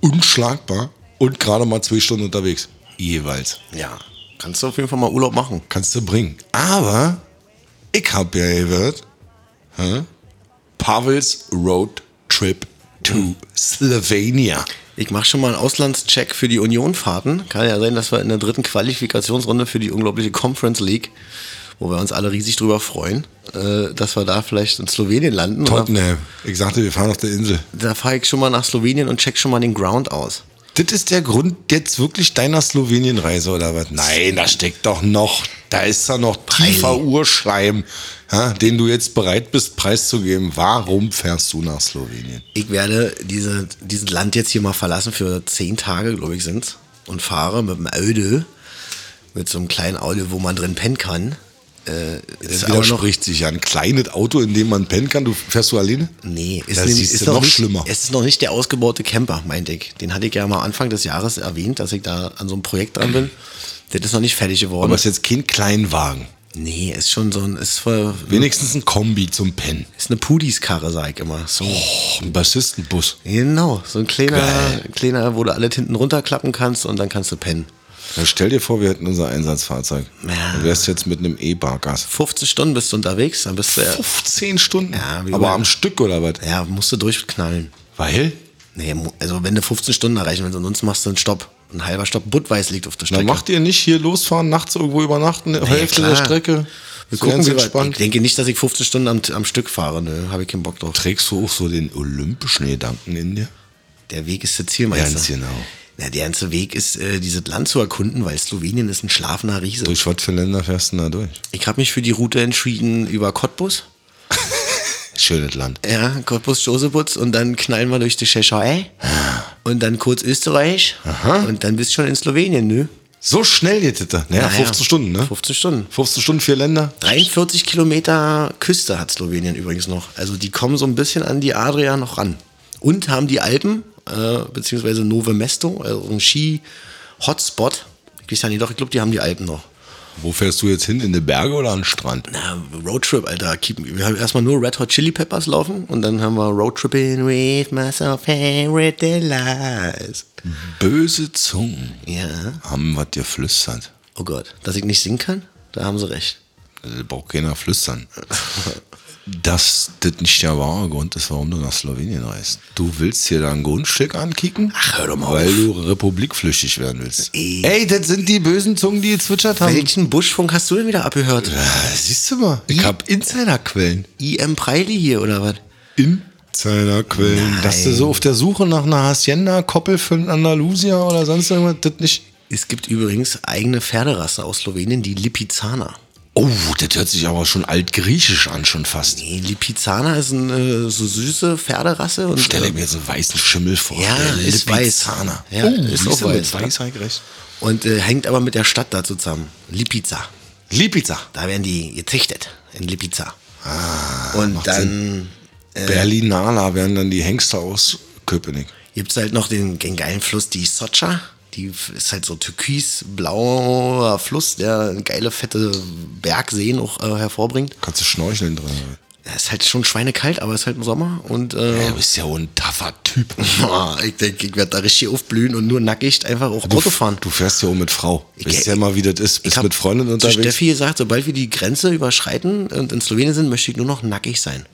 Speaker 5: Unschlagbar. Und gerade mal zwei Stunden unterwegs. Jeweils.
Speaker 4: Ja. Kannst du auf jeden Fall mal Urlaub machen.
Speaker 5: Kannst du bringen. Aber ich habe ja gehört, hä? Pavels Road Trip to Slovenia.
Speaker 4: Ich mache schon mal einen Auslandscheck für die Unionfahrten. Kann ja sein, dass wir in der dritten Qualifikationsrunde für die unglaubliche Conference League, wo wir uns alle riesig drüber freuen, äh, dass wir da vielleicht in Slowenien landen. Oder,
Speaker 5: Tottenham. Ich sagte, wir fahren auf der Insel.
Speaker 4: da fahre ich schon mal nach Slowenien und check schon mal den Ground aus.
Speaker 5: Das ist der Grund jetzt wirklich deiner Slowenien-Reise oder was? Nein, da steckt doch noch, da ist da noch tiefer Urschleim, ja, den du jetzt bereit bist preiszugeben. Warum fährst du nach Slowenien?
Speaker 4: Ich werde diese, dieses Land jetzt hier mal verlassen für zehn Tage, glaube ich, sind's. Und fahre mit dem Auto, mit so einem kleinen Auto, wo man drin pennen kann. Äh,
Speaker 5: Das
Speaker 4: ist aber noch,
Speaker 5: widerspricht sich ja. Ein kleines Auto, in dem man pennen kann. Du fährst du alleine?
Speaker 4: nee, ist,
Speaker 5: Das
Speaker 4: nämlich-
Speaker 5: siehst du
Speaker 4: ist
Speaker 5: noch
Speaker 4: nicht,
Speaker 5: schlimmer.
Speaker 4: Es ist noch nicht der ausgebaute Camper, meinte ich. Den hatte ich ja mal Anfang des Jahres erwähnt, dass ich da an so einem Projekt dran bin. Das ist noch nicht fertig geworden.
Speaker 5: Aber Hm. es ist jetzt kein Kleinwagen.
Speaker 4: nee, ist schon so ein, ist, voll,
Speaker 5: Wenigstens ein Kombi zum Pennen.
Speaker 4: ist eine Pudis-Karre, sag ich immer. So.
Speaker 5: Oh, ein Bassistenbus.
Speaker 4: Genau, so ein kleiner,
Speaker 5: Geil.
Speaker 4: kleiner, wo du alles hinten runterklappen kannst und dann kannst du pennen.
Speaker 5: Ja, stell dir vor, wir hätten unser Einsatzfahrzeug.
Speaker 4: Ja.
Speaker 5: Du wärst jetzt mit einem E-Bargas.
Speaker 4: 15 Stunden bist du unterwegs, dann bist du
Speaker 5: 15 Stunden.
Speaker 4: Ja, wie
Speaker 5: Aber
Speaker 4: bei-
Speaker 5: am Stück oder was?
Speaker 4: ja, musst du durchknallen.
Speaker 5: Weil?
Speaker 4: Nee, mu- also wenn du 15 Stunden erreichen willst, ansonsten machst du einen Stopp. Ein halber Stopp. Budweis liegt auf der
Speaker 5: Na,
Speaker 4: Strecke.
Speaker 5: macht ihr nicht hier losfahren, nachts irgendwo übernachten,
Speaker 4: Ja,
Speaker 5: Hälfte
Speaker 4: klar.
Speaker 5: der Strecke?
Speaker 4: Wir
Speaker 5: Ist
Speaker 4: gucken,
Speaker 5: ganz
Speaker 4: wie weit- Ich
Speaker 5: entspannt.
Speaker 4: denke nicht, dass ich 15 Stunden am, am Stück fahre. Ne, habe ich keinen Bock drauf.
Speaker 5: Trägst du auch so den olympischen Gedanken in dir?
Speaker 4: Der Weg ist das Ziel, meinst
Speaker 5: Ganz
Speaker 4: du?
Speaker 5: genau.
Speaker 4: Na, der ganze Weg ist, äh, dieses Land zu erkunden, weil Slowenien ist ein schlafender Riese.
Speaker 5: Durch was für Länder fährst du denn da durch?
Speaker 4: Ich habe mich für die Route entschieden über Cottbus.
Speaker 5: Schönes Land.
Speaker 4: Ja, Cottbus, Joseputz und dann knallen wir durch die Tschechei und dann kurz Österreich
Speaker 5: Aha.
Speaker 4: und dann bist du schon in Slowenien, ne?
Speaker 5: So schnell geht das da. Naja,
Speaker 4: Naja,
Speaker 5: 15 Stunden, ne?
Speaker 4: 15 Stunden.
Speaker 5: 15 Stunden, vier Länder.
Speaker 4: 43 Kilometer Küste hat Slowenien übrigens noch. Also die kommen so ein bisschen an die Adria noch ran. Und haben die Alpen, äh, beziehungsweise Nove Mesto, also ein Ski-Hotspot. Ich weiß ja nicht, doch, ich glaube, die haben die Alpen noch.
Speaker 5: Wo fährst du jetzt hin? In die Berge oder an den Strand?
Speaker 4: Na, Roadtrip, Alter. Keep, wir haben erstmal nur Red Hot Chili Peppers laufen und dann haben wir Roadtripping with myself favorite delights.
Speaker 5: Böse Zungen
Speaker 4: Ja.
Speaker 5: haben was dir flüstert.
Speaker 4: Oh Gott, dass ich nicht singen kann? Da haben sie recht.
Speaker 5: Also, da braucht keiner flüstern. Dass das nicht der wahre Grund ist, warum du nach Slowenien reist. Du willst hier da ein Grundstück ankicken? Ach, hör doch mal Weil du republikflüchtig werden willst.
Speaker 4: Ey.
Speaker 5: das sind die bösen Zungen, die gezwitschert haben.
Speaker 4: Welchen Buschfunk hast du denn wieder abgehört?
Speaker 5: Ah, Siehst du mal, ich hab Insiderquellen.
Speaker 4: IM Preili hier oder was?
Speaker 5: Insiderquellen. Dass du so auf der Suche nach einer Hacienda-Koppel für einen Andalusier oder sonst irgendwas, das nicht.
Speaker 4: Es gibt übrigens eigene Pferderassen aus Slowenien, die Lipizzaner.
Speaker 5: Oh, das hört sich aber schon altgriechisch an, schon fast.
Speaker 4: Nee, Lipizzaner ist eine äh, so süße Pferderasse. Und,
Speaker 5: Stelle
Speaker 4: äh,
Speaker 5: mir so einen weißen Schimmel vor.
Speaker 4: Ja,
Speaker 5: Der
Speaker 4: ist weiß.
Speaker 5: Lipizzaner.
Speaker 4: Ja,
Speaker 5: oh,
Speaker 4: ist
Speaker 5: siehst
Speaker 4: auch
Speaker 5: du, mit
Speaker 4: weiß, ne?
Speaker 5: Weisheit recht.
Speaker 4: und äh, hängt aber mit der Stadt da zusammen. Lipiza.
Speaker 5: Lipiza.
Speaker 4: Da werden die gezüchtet, in Lipiza.
Speaker 5: Ah,
Speaker 4: Und
Speaker 5: macht Äh,
Speaker 4: dann
Speaker 5: Berlinala wären dann die Hengste aus Köpenick.
Speaker 4: gibt es halt noch den, den geilen Fluss, die Socha. Die f- ist halt so türkisblauer Fluss, der geile, fette Bergseen auch äh, hervorbringt.
Speaker 5: Kannst du schnorcheln drin.
Speaker 4: Ja, ist halt schon schweinekalt, aber ist halt im Sommer. Und
Speaker 5: Ja,
Speaker 4: äh,
Speaker 5: du bist ja auch ein taffer Typ.
Speaker 4: boah, ich denke, ich werde da richtig aufblühen und nur nackig einfach auch Auto fahren.
Speaker 5: Du fährst ja auch mit Frau.
Speaker 4: Ich-
Speaker 5: Weißt ja mal, wie das ist. Bist
Speaker 4: hab
Speaker 5: mit Freundin
Speaker 4: zu
Speaker 5: unterwegs.
Speaker 4: Steffi gesagt, sobald wir die Grenze überschreiten und in Slowenien sind, möchte ich nur noch nackig sein.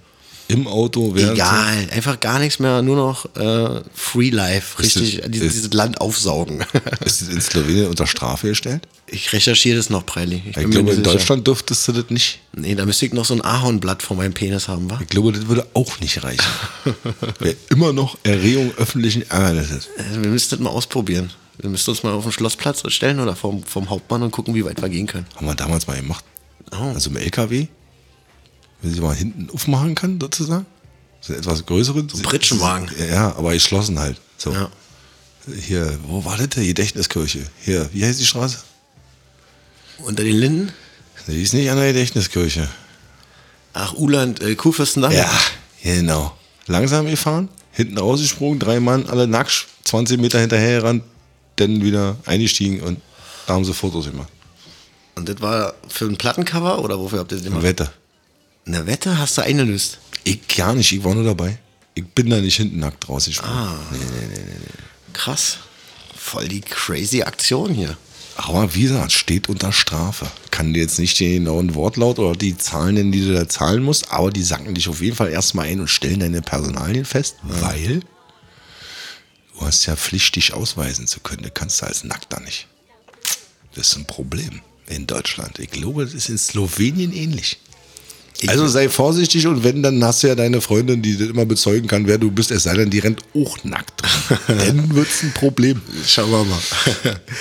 Speaker 5: Im Auto während
Speaker 4: Egal, einfach gar nichts mehr, nur noch äh, Free Life,
Speaker 5: Ist
Speaker 4: richtig,
Speaker 5: das-
Speaker 4: dieses,
Speaker 5: ist-
Speaker 4: dieses Land aufsaugen.
Speaker 5: Ist das in Slowenien unter Strafe gestellt?
Speaker 4: ich recherchiere das noch, Preili.
Speaker 5: Ich glaube, in
Speaker 4: sicher.
Speaker 5: Deutschland dürftest du das nicht.
Speaker 4: Nee, da müsste ich noch so ein Ahornblatt vor meinem Penis haben, wa?
Speaker 5: Ich glaube, das würde auch nicht reichen. Wäre immer noch Erregung öffentlichen Ärgernisses.
Speaker 4: Also, wir müssten das mal ausprobieren. Wir müssten uns mal auf den Schlossplatz stellen oder vom, vom Hauptmann und gucken, wie weit wir gehen können.
Speaker 5: Haben wir damals mal gemacht.
Speaker 4: Oh.
Speaker 5: Also im LKW. Wenn sie mal hinten aufmachen kann, sozusagen. So etwas größeren. So
Speaker 4: Pritschenwagen.
Speaker 5: Ja, aber geschlossen halt. So.
Speaker 4: Ja.
Speaker 5: Hier, wo war das denn? Gedächtniskirche. Hier, wie heißt die Straße?
Speaker 4: Unter den Linden?
Speaker 5: Die ist nicht an der Gedächtniskirche.
Speaker 4: Ach, Uland, äh, Kuhfürstendamm?
Speaker 5: Ja, genau. Langsam gefahren, hinten rausgesprungen, drei Mann, alle nackt, 20 Meter hinterher gerannt, dann wieder eingestiegen und da haben sie Fotos gemacht.
Speaker 4: Und das war für ein Plattencover oder wofür habt ihr das
Speaker 5: Im
Speaker 4: gemacht?
Speaker 5: Wetter.
Speaker 4: Eine Wette hast du eingelöst.
Speaker 5: Ich gar nicht, ich war nur dabei. Ich bin da nicht hinten nackt rausgesprungen.
Speaker 4: Krass. Voll die crazy Aktion hier.
Speaker 5: Aber wie gesagt, steht unter Strafe. Kann dir jetzt nicht den genauen Wortlaut oder die Zahlen nennen, die du da zahlen musst, aber die sacken dich auf jeden Fall erstmal ein und stellen deine Personalien fest, weil du hast ja Pflicht, dich ausweisen zu können. Du kannst da als Nackter nicht. Das ist ein Problem in Deutschland. Ich glaube, das ist in Slowenien ähnlich. Also sei vorsichtig und wenn, dann hast du ja deine Freundin, die das immer bezeugen kann, wer du bist, es sei denn, die rennt auch nackt. dann wird es ein Problem.
Speaker 4: Schauen wir mal.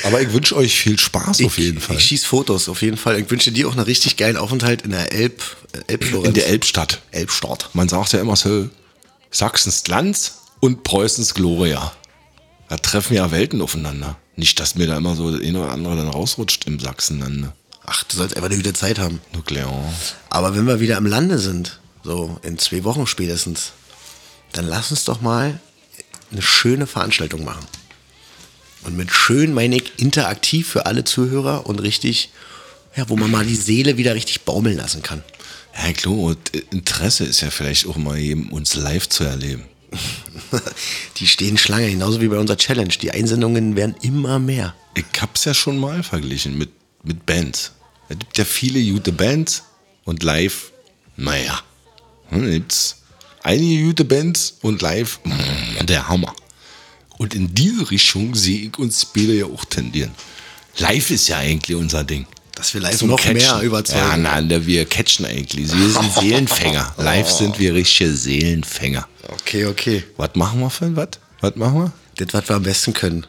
Speaker 5: Aber ich wünsche euch viel Spaß
Speaker 4: Ich,
Speaker 5: auf jeden Fall.
Speaker 4: Ich schieß Fotos, auf jeden Fall. Ich wünsche dir auch einen richtig geilen Aufenthalt in der Elb, äh, Elbflorenz.
Speaker 5: In der Elbstadt.
Speaker 4: Elbstadt.
Speaker 5: Man sagt ja immer so, Sachsens Glanz und Preußens Gloria. Da treffen ja Welten aufeinander. Nicht, dass mir da immer so der eine oder andere dann rausrutscht im Sachsenlande.
Speaker 4: Ach, du sollst einfach eine gute Zeit haben.
Speaker 5: Nuklear.
Speaker 4: Aber wenn wir wieder im Lande sind, so in zwei Wochen spätestens, dann lass uns doch mal eine schöne Veranstaltung machen. Und mit schön meine ich interaktiv für alle Zuhörer und richtig, ja, wo man mal die Seele wieder richtig baumeln lassen kann.
Speaker 5: Herr Klo, und Interesse ist ja vielleicht auch mal eben, uns live zu erleben.
Speaker 4: die stehen Schlange, genauso wie bei unserer Challenge. Die Einsendungen werden immer mehr.
Speaker 5: Ich hab's ja schon mal verglichen mit, mit Bands. Es gibt ja viele gute Bands und live, naja, hm, gibt's einige gute Bands und live, mm, der Hammer. Und in diese Richtung sehe ich uns Spieler ja auch tendieren. Live ist ja eigentlich unser Ding.
Speaker 4: Dass wir live
Speaker 5: Zum
Speaker 4: noch mehr überzeugen.
Speaker 5: Ja, nein, da wir catchen eigentlich. Wir sind Seelenfänger. Live sind wir richtige Seelenfänger.
Speaker 4: Okay, okay.
Speaker 5: Was machen wir für ein was? Was machen
Speaker 4: Das, was wir am besten können.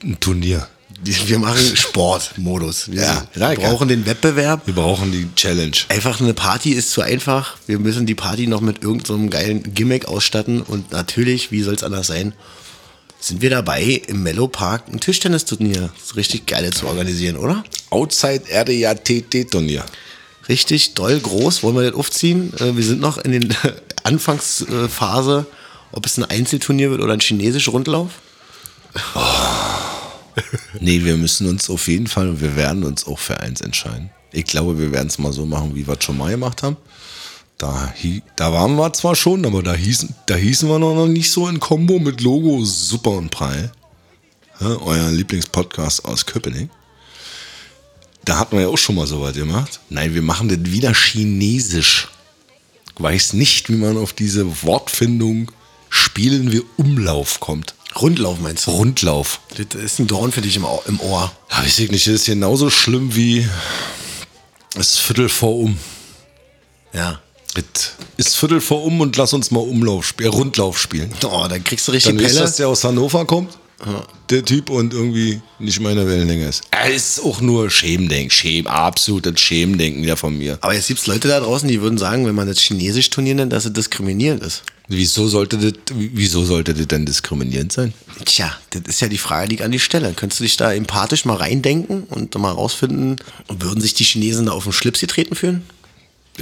Speaker 5: wir? Ein Turnier.
Speaker 4: Die- Wir machen Sportmodus. Wir,
Speaker 5: Ja,
Speaker 4: wir
Speaker 5: danke.
Speaker 4: brauchen den Wettbewerb.
Speaker 5: Wir brauchen die Challenge.
Speaker 4: Einfach eine Party ist zu einfach. Wir müssen die Party noch mit irgendeinem geilen Gimmick ausstatten. Und natürlich, wie soll es anders sein, sind wir dabei, im Mellow Park ein Tischtennisturnier. Das richtig geile zu organisieren, oder?
Speaker 5: Outside Area TT Turnier.
Speaker 4: Richtig doll groß. Wollen wir das aufziehen? Äh, Wir sind noch in den Anfangsphase, ob es ein Einzelturnier wird oder ein chinesischer Rundlauf.
Speaker 5: Nee, wir müssen uns auf jeden Fall und wir werden uns auch für eins entscheiden. Ich glaube, wir werden es mal so machen, wie wir es schon mal gemacht haben. Da, hie- da waren wir zwar schon, aber da hießen, da hießen wir noch nicht so in Kombo mit Logo Super und Prall. Ja, euer Lieblingspodcast aus Köpenick. Da hatten wir ja auch schon mal so was gemacht. Nein, wir machen das wieder chinesisch. Ich weiß nicht, wie man auf diese Wortfindung spielen wir Umlauf kommt.
Speaker 4: Rundlauf meinst du?
Speaker 5: Rundlauf.
Speaker 4: Das ist ein Dorn für dich im Au- im Ohr.
Speaker 5: Ja, weiß ich nicht, das ist genauso schlimm wie das Viertel vor um.
Speaker 4: Ja.
Speaker 5: Das ist Viertel vor um und lass uns mal Umlauf spielen, äh, Rundlauf spielen.
Speaker 4: Oh, dann kriegst du richtig
Speaker 5: Dann ist
Speaker 4: Pelle.
Speaker 5: das, der aus Hannover kommt, der Typ und irgendwie nicht meiner Wellenlänge ist. Er ist auch nur Schämdenken, Schäm, absolutes Schämdenken wieder von mir.
Speaker 4: Aber jetzt gibt es Leute da draußen, die würden sagen, wenn man das chinesisch Turnier nennt, dass es diskriminierend ist.
Speaker 5: Wieso sollte das, wieso sollte das denn diskriminierend sein?
Speaker 4: Tja, das ist ja die Frage, die ich an die stelle. Könntest du dich da empathisch mal reindenken und mal rausfinden, würden sich die Chinesen da auf den Schlips getreten fühlen?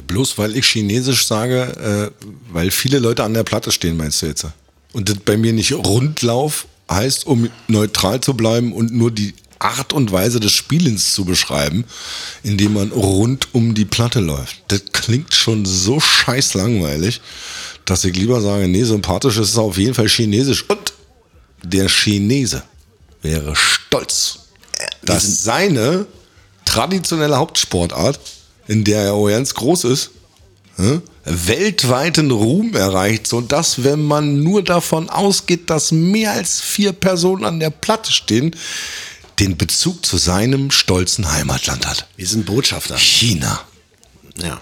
Speaker 5: Bloß weil ich Chinesisch sage, äh, weil viele Leute an der Platte stehen, meinst du jetzt? Und das bei mir nicht Rundlauf heißt, um neutral zu bleiben und nur die Art und Weise des Spielens zu beschreiben, indem man rund um die Platte läuft. Das klingt schon so scheiß langweilig, dass ich lieber sage, nee, sympathisch ist es auf jeden Fall Chinesisch. Und der Chinese wäre stolz,
Speaker 4: Äh,
Speaker 5: dass seine traditionelle Hauptsportart, in der er auch ganz groß ist, hä, weltweiten Ruhm erreicht, sodass, wenn man nur davon ausgeht, dass mehr als vier Personen an der Platte stehen, den Bezug zu seinem stolzen Heimatland hat.
Speaker 4: Wir sind Botschafter.
Speaker 5: China.
Speaker 4: Ja.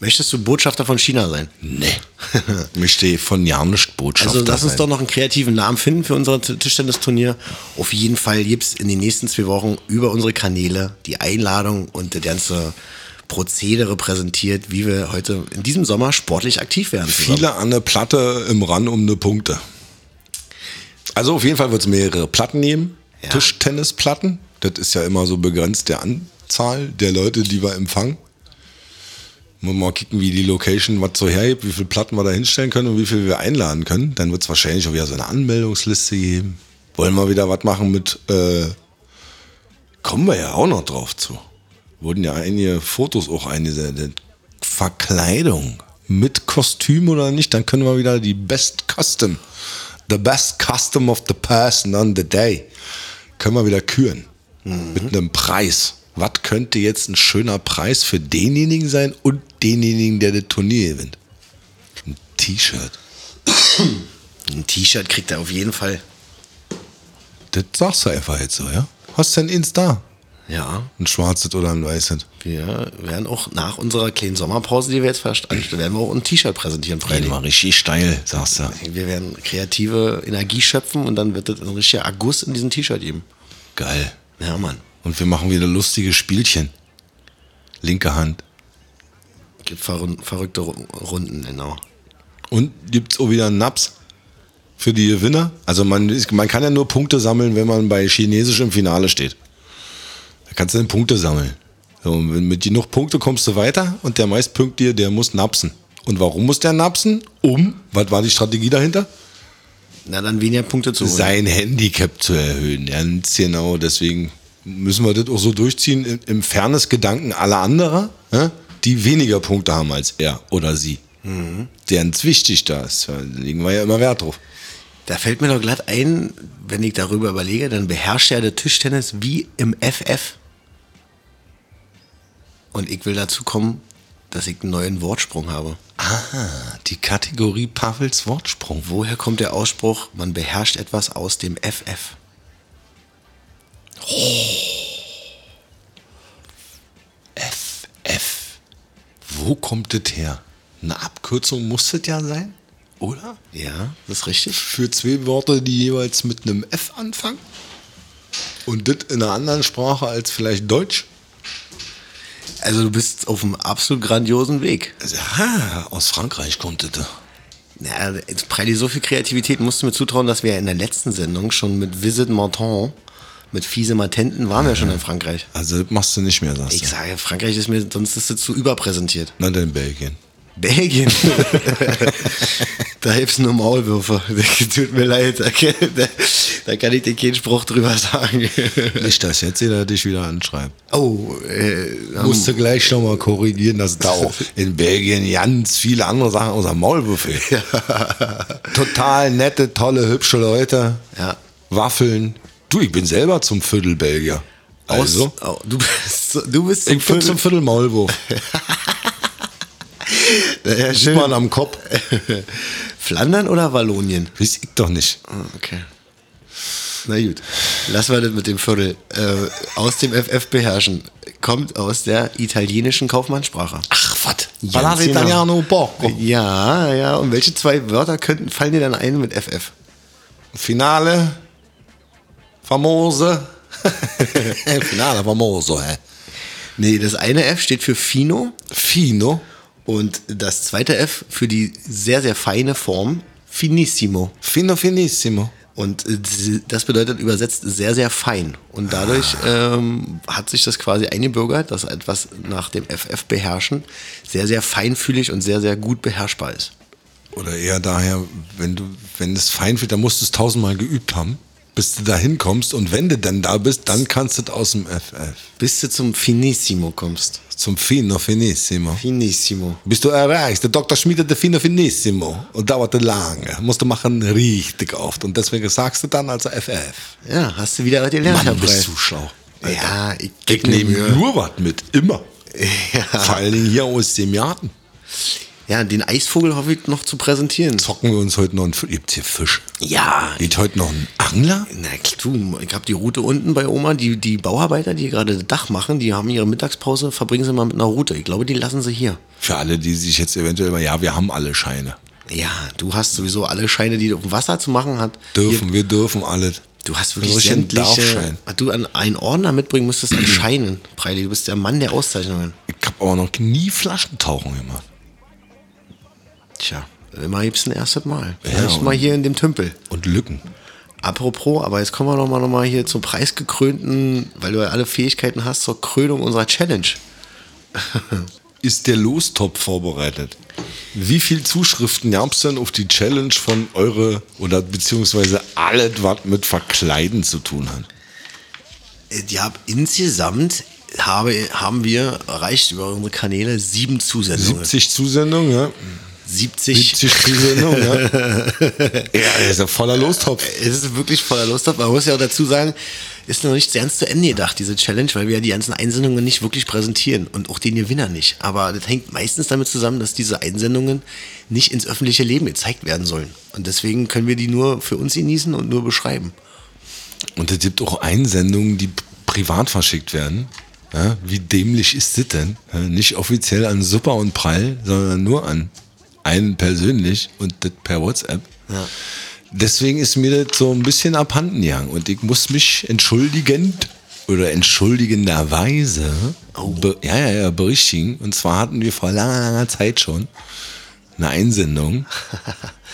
Speaker 4: Möchtest du Botschafter von China sein?
Speaker 5: Nee. Ich stehe von Jahren nicht Botschafter.
Speaker 4: Also lass uns
Speaker 5: sein.
Speaker 4: doch noch einen kreativen Namen finden für unser T- Tischtennisturnier. Auf jeden Fall gibt's in den nächsten zwei Wochen über unsere Kanäle die Einladung und das ganze Prozedere präsentiert, wie wir heute in diesem Sommer sportlich aktiv werden. zusammen.
Speaker 5: Viele an der Platte im Rand um eine Punkte. Also auf jeden Fall wird es mehrere Platten nehmen.
Speaker 4: Ja.
Speaker 5: Tischtennisplatten. Das ist ja immer so begrenzt der Anzahl der Leute, die wir empfangen. Muss mal kicken, wie die Location was so hergibt, wie viele Platten wir da hinstellen können und wie viel wir einladen können. Dann wird es wahrscheinlich auch wieder so eine Anmeldungsliste geben. Wollen wir wieder was machen mit, äh, kommen wir ja auch noch drauf zu. Wurden ja einige Fotos auch eingesendet. Verkleidung mit Kostüm oder nicht, dann können wir wieder die Best Custom, the best custom of the person on the day, können wir wieder küren. Mit einem Preis. Was könnte jetzt ein schöner Preis für denjenigen sein und denjenigen, der das Turnier gewinnt? Ein T-Shirt.
Speaker 4: Ein T-Shirt kriegt er auf jeden Fall.
Speaker 5: Das sagst du einfach jetzt so, ja? Hast du denn Insta?
Speaker 4: Ja,
Speaker 5: Ein schwarzes oder ein weißes?
Speaker 4: wir werden auch nach unserer kleinen Sommerpause, die wir jetzt veranstalten, werden wir auch ein T-Shirt präsentieren, Freilich.
Speaker 5: mal richtig steil, sagst du.
Speaker 4: Wir werden kreative Energie schöpfen und dann wird das ein richtiger Aguss in diesem T-Shirt geben.
Speaker 5: Geil.
Speaker 4: Ja, Mann.
Speaker 5: Und wir machen wieder lustige Spielchen. Linke Hand.
Speaker 4: Gibt verrun- verrückte Ru- Runden, genau.
Speaker 5: Und gibt's auch wieder einen Naps für die Gewinner? Also man, ist, man kann ja nur Punkte sammeln, wenn man bei Chinesisch im Finale steht. Da kannst du dann Punkte sammeln. So, und wenn mit genug Punkte kommst du weiter und der meistpunktier, der muss napsen. Und warum muss der napsen? Um, was war die Strategie dahinter?
Speaker 4: Na, dann weniger Punkte zu holen.
Speaker 5: Sein Handicap zu erhöhen. Ganz genau, deswegen müssen wir das auch so durchziehen im- im Fairness-Gedanken aller anderer, hä? die weniger Punkte haben als er oder sie. Deren es wichtig da ist. Da legen wir ja immer Wert drauf.
Speaker 4: Da fällt mir doch glatt ein, wenn ich darüber überlege, dann beherrscht er der Tischtennis wie im FF. Und ich will dazu kommen, dass ich einen neuen Wortsprung habe. Ah.
Speaker 5: Ah, die Kategorie Pavels Wortsprung.
Speaker 4: Woher kommt der Ausspruch, man beherrscht etwas aus dem FF?
Speaker 5: FF. Wo kommt das her? Eine Abkürzung muss das ja sein, oder?
Speaker 4: Ja, das ist richtig.
Speaker 5: Für zwei Worte, die jeweils mit einem F anfangen. Und das in einer anderen Sprache als vielleicht Deutsch.
Speaker 4: Also du bist auf einem absolut grandiosen Weg.
Speaker 5: Ja, Also, aus Frankreich kommt das.
Speaker 4: Na, jetzt, Preidi, so viel Kreativität musst du mir zutrauen, dass wir in der letzten Sendung schon mit Visit Menton, mit fiese Matenten, waren wir schon in Frankreich.
Speaker 5: Also das machst du nicht mehr, sagst
Speaker 4: Ich
Speaker 5: du.
Speaker 4: sage, Frankreich ist mir, sonst ist es zu überpräsentiert.
Speaker 5: Na dann Belgien.
Speaker 4: Belgien. da hilft's nur Maulwürfe. Tut mir leid. Da, da, da kann ich dir keinen Spruch drüber sagen.
Speaker 5: Nicht, dass jetzt jeder dich wieder anschreibt.
Speaker 4: oh, äh, haben-
Speaker 5: Musste gleich nochmal korrigieren, dass da auch in Belgien ganz viele andere Sachen außer Maulwürfel. Total nette, tolle, hübsche Leute.
Speaker 4: Ja.
Speaker 5: Waffeln. Du, ich bin selber zum Viertel Belgier. Also,
Speaker 4: Aus, oh, du bist, so- du bist
Speaker 5: ich bin zum Viertel Maulwurf.
Speaker 4: ja,
Speaker 5: Sieht
Speaker 4: schön.
Speaker 5: man am Kopf.
Speaker 4: Flandern oder Wallonien?
Speaker 5: Weiß ich doch nicht.
Speaker 4: Okay. Na gut, lassen wir das mit dem Viertel. Äh, aus dem FF beherrschen. Kommt aus der italienischen Kaufmannssprache.
Speaker 5: Ach, was?
Speaker 4: Ballare
Speaker 5: Ballare
Speaker 4: italiano
Speaker 5: Italiano Porco.
Speaker 4: Ja, ja. Und welche zwei Wörter könnten, fallen dir dann ein mit FF?
Speaker 5: Finale. Famose. Finale, famoso, eh. hä?
Speaker 4: Nee, das eine F steht für Fino
Speaker 5: Fino.
Speaker 4: und das zweite F für die sehr, sehr feine Form Finissimo.
Speaker 5: Fino finissimo.
Speaker 4: Und äh, d- das bedeutet übersetzt sehr, sehr fein. Und dadurch ähm, hat sich das quasi eingebürgert, dass etwas nach dem FF beherrschen sehr, sehr feinfühlig und sehr, sehr gut beherrschbar ist.
Speaker 5: Oder eher daher, wenn du, wenn es fein wird, dann musst du es tausendmal geübt haben, bis du da hinkommst. Und wenn du dann da bist, dann kannst du es aus dem FF.
Speaker 4: Bis du zum Finissimo kommst.
Speaker 5: Zum Fino Finissimo.
Speaker 4: Finissimo.
Speaker 5: Bist du erreicht. Der Doktor schmiedet der Fino Finissimo. Und dauerte lange. Musst du machen richtig oft. Und deswegen sagst du dann also FF.
Speaker 4: Ja, hast du wieder was gelernt, Herr
Speaker 5: Mann, bist
Speaker 4: Brei.
Speaker 5: du schlau.
Speaker 4: Ja, ich,
Speaker 5: Ich
Speaker 4: geb mir
Speaker 5: nehme
Speaker 4: Mühe.
Speaker 5: nur was mit. Immer. Vor allen Dingen hier aus dem Garten.
Speaker 4: Ja, den Eisvogel hoffe ich noch zu präsentieren.
Speaker 5: Zocken wir uns heute noch einen Fisch. Gibt's hier Fisch?
Speaker 4: Ja,
Speaker 5: Geht heute noch ein Angler?
Speaker 4: Na du, ich habe die Route unten bei Oma, die, die Bauarbeiter, die gerade das Dach machen, die haben ihre Mittagspause, verbringen sie mal mit einer Route. Ich glaube, die lassen sie hier.
Speaker 5: Für alle, die sich jetzt eventuell mal, ja, wir haben alle Scheine.
Speaker 4: Ja, du hast sowieso alle Scheine, die du auf dem Wasser zu machen hat.
Speaker 5: Dürfen, wir dürfen alles.
Speaker 4: Du hast wirklich
Speaker 5: So ein
Speaker 4: sämtliche,
Speaker 5: Darfschein.
Speaker 4: was du an einen Ordner mitbringen müsstest an Scheinen. Preili, du bist der Mann der Auszeichnungen.
Speaker 5: Ich habe aber noch nie Flaschentauchen gemacht.
Speaker 4: Tja, immer gibt's ein erstes Mal. Vielleicht
Speaker 5: und-
Speaker 4: mal hier in dem Tümpel.
Speaker 5: Und Lücken.
Speaker 4: Apropos, aber jetzt kommen wir nochmal noch mal hier zum preisgekrönten, weil du ja alle Fähigkeiten hast, zur Krönung unserer Challenge.
Speaker 5: Ist der Lostopf vorbereitet? Wie viel Zuschriften gab es denn auf die Challenge von eure oder beziehungsweise alles, was mit Verkleiden zu tun hat?
Speaker 4: Ja, insgesamt habe, haben wir erreicht über unsere Kanäle sieben Zusendungen.
Speaker 5: 70 Zusendungen, ja?
Speaker 4: 70.
Speaker 5: 70 Zusendungen, ja? Ja, das ist ja voller Lostopf.
Speaker 4: Es ist wirklich voller Lust drauf. Man muss ja auch dazu sagen, ist noch nicht ganz zu Ende gedacht, diese Challenge, weil wir ja die ganzen Einsendungen nicht wirklich präsentieren und auch den Gewinner nicht. Aber das hängt meistens damit zusammen, dass diese Einsendungen nicht ins öffentliche Leben gezeigt werden sollen. Und deswegen können wir die nur für uns genießen und nur beschreiben.
Speaker 5: Und es gibt auch Einsendungen, die p- privat verschickt werden. Ja, wie dämlich ist das denn? Ja, nicht offiziell an Super und Prall, sondern nur an einen persönlich und das per WhatsApp. Deswegen ist mir das so ein bisschen abhanden gegangen und ich muss mich entschuldigend oder entschuldigenderweise be ja, ja, ja, berichtigen. Und zwar hatten wir vor langer, langer Zeit schon eine Einsendung,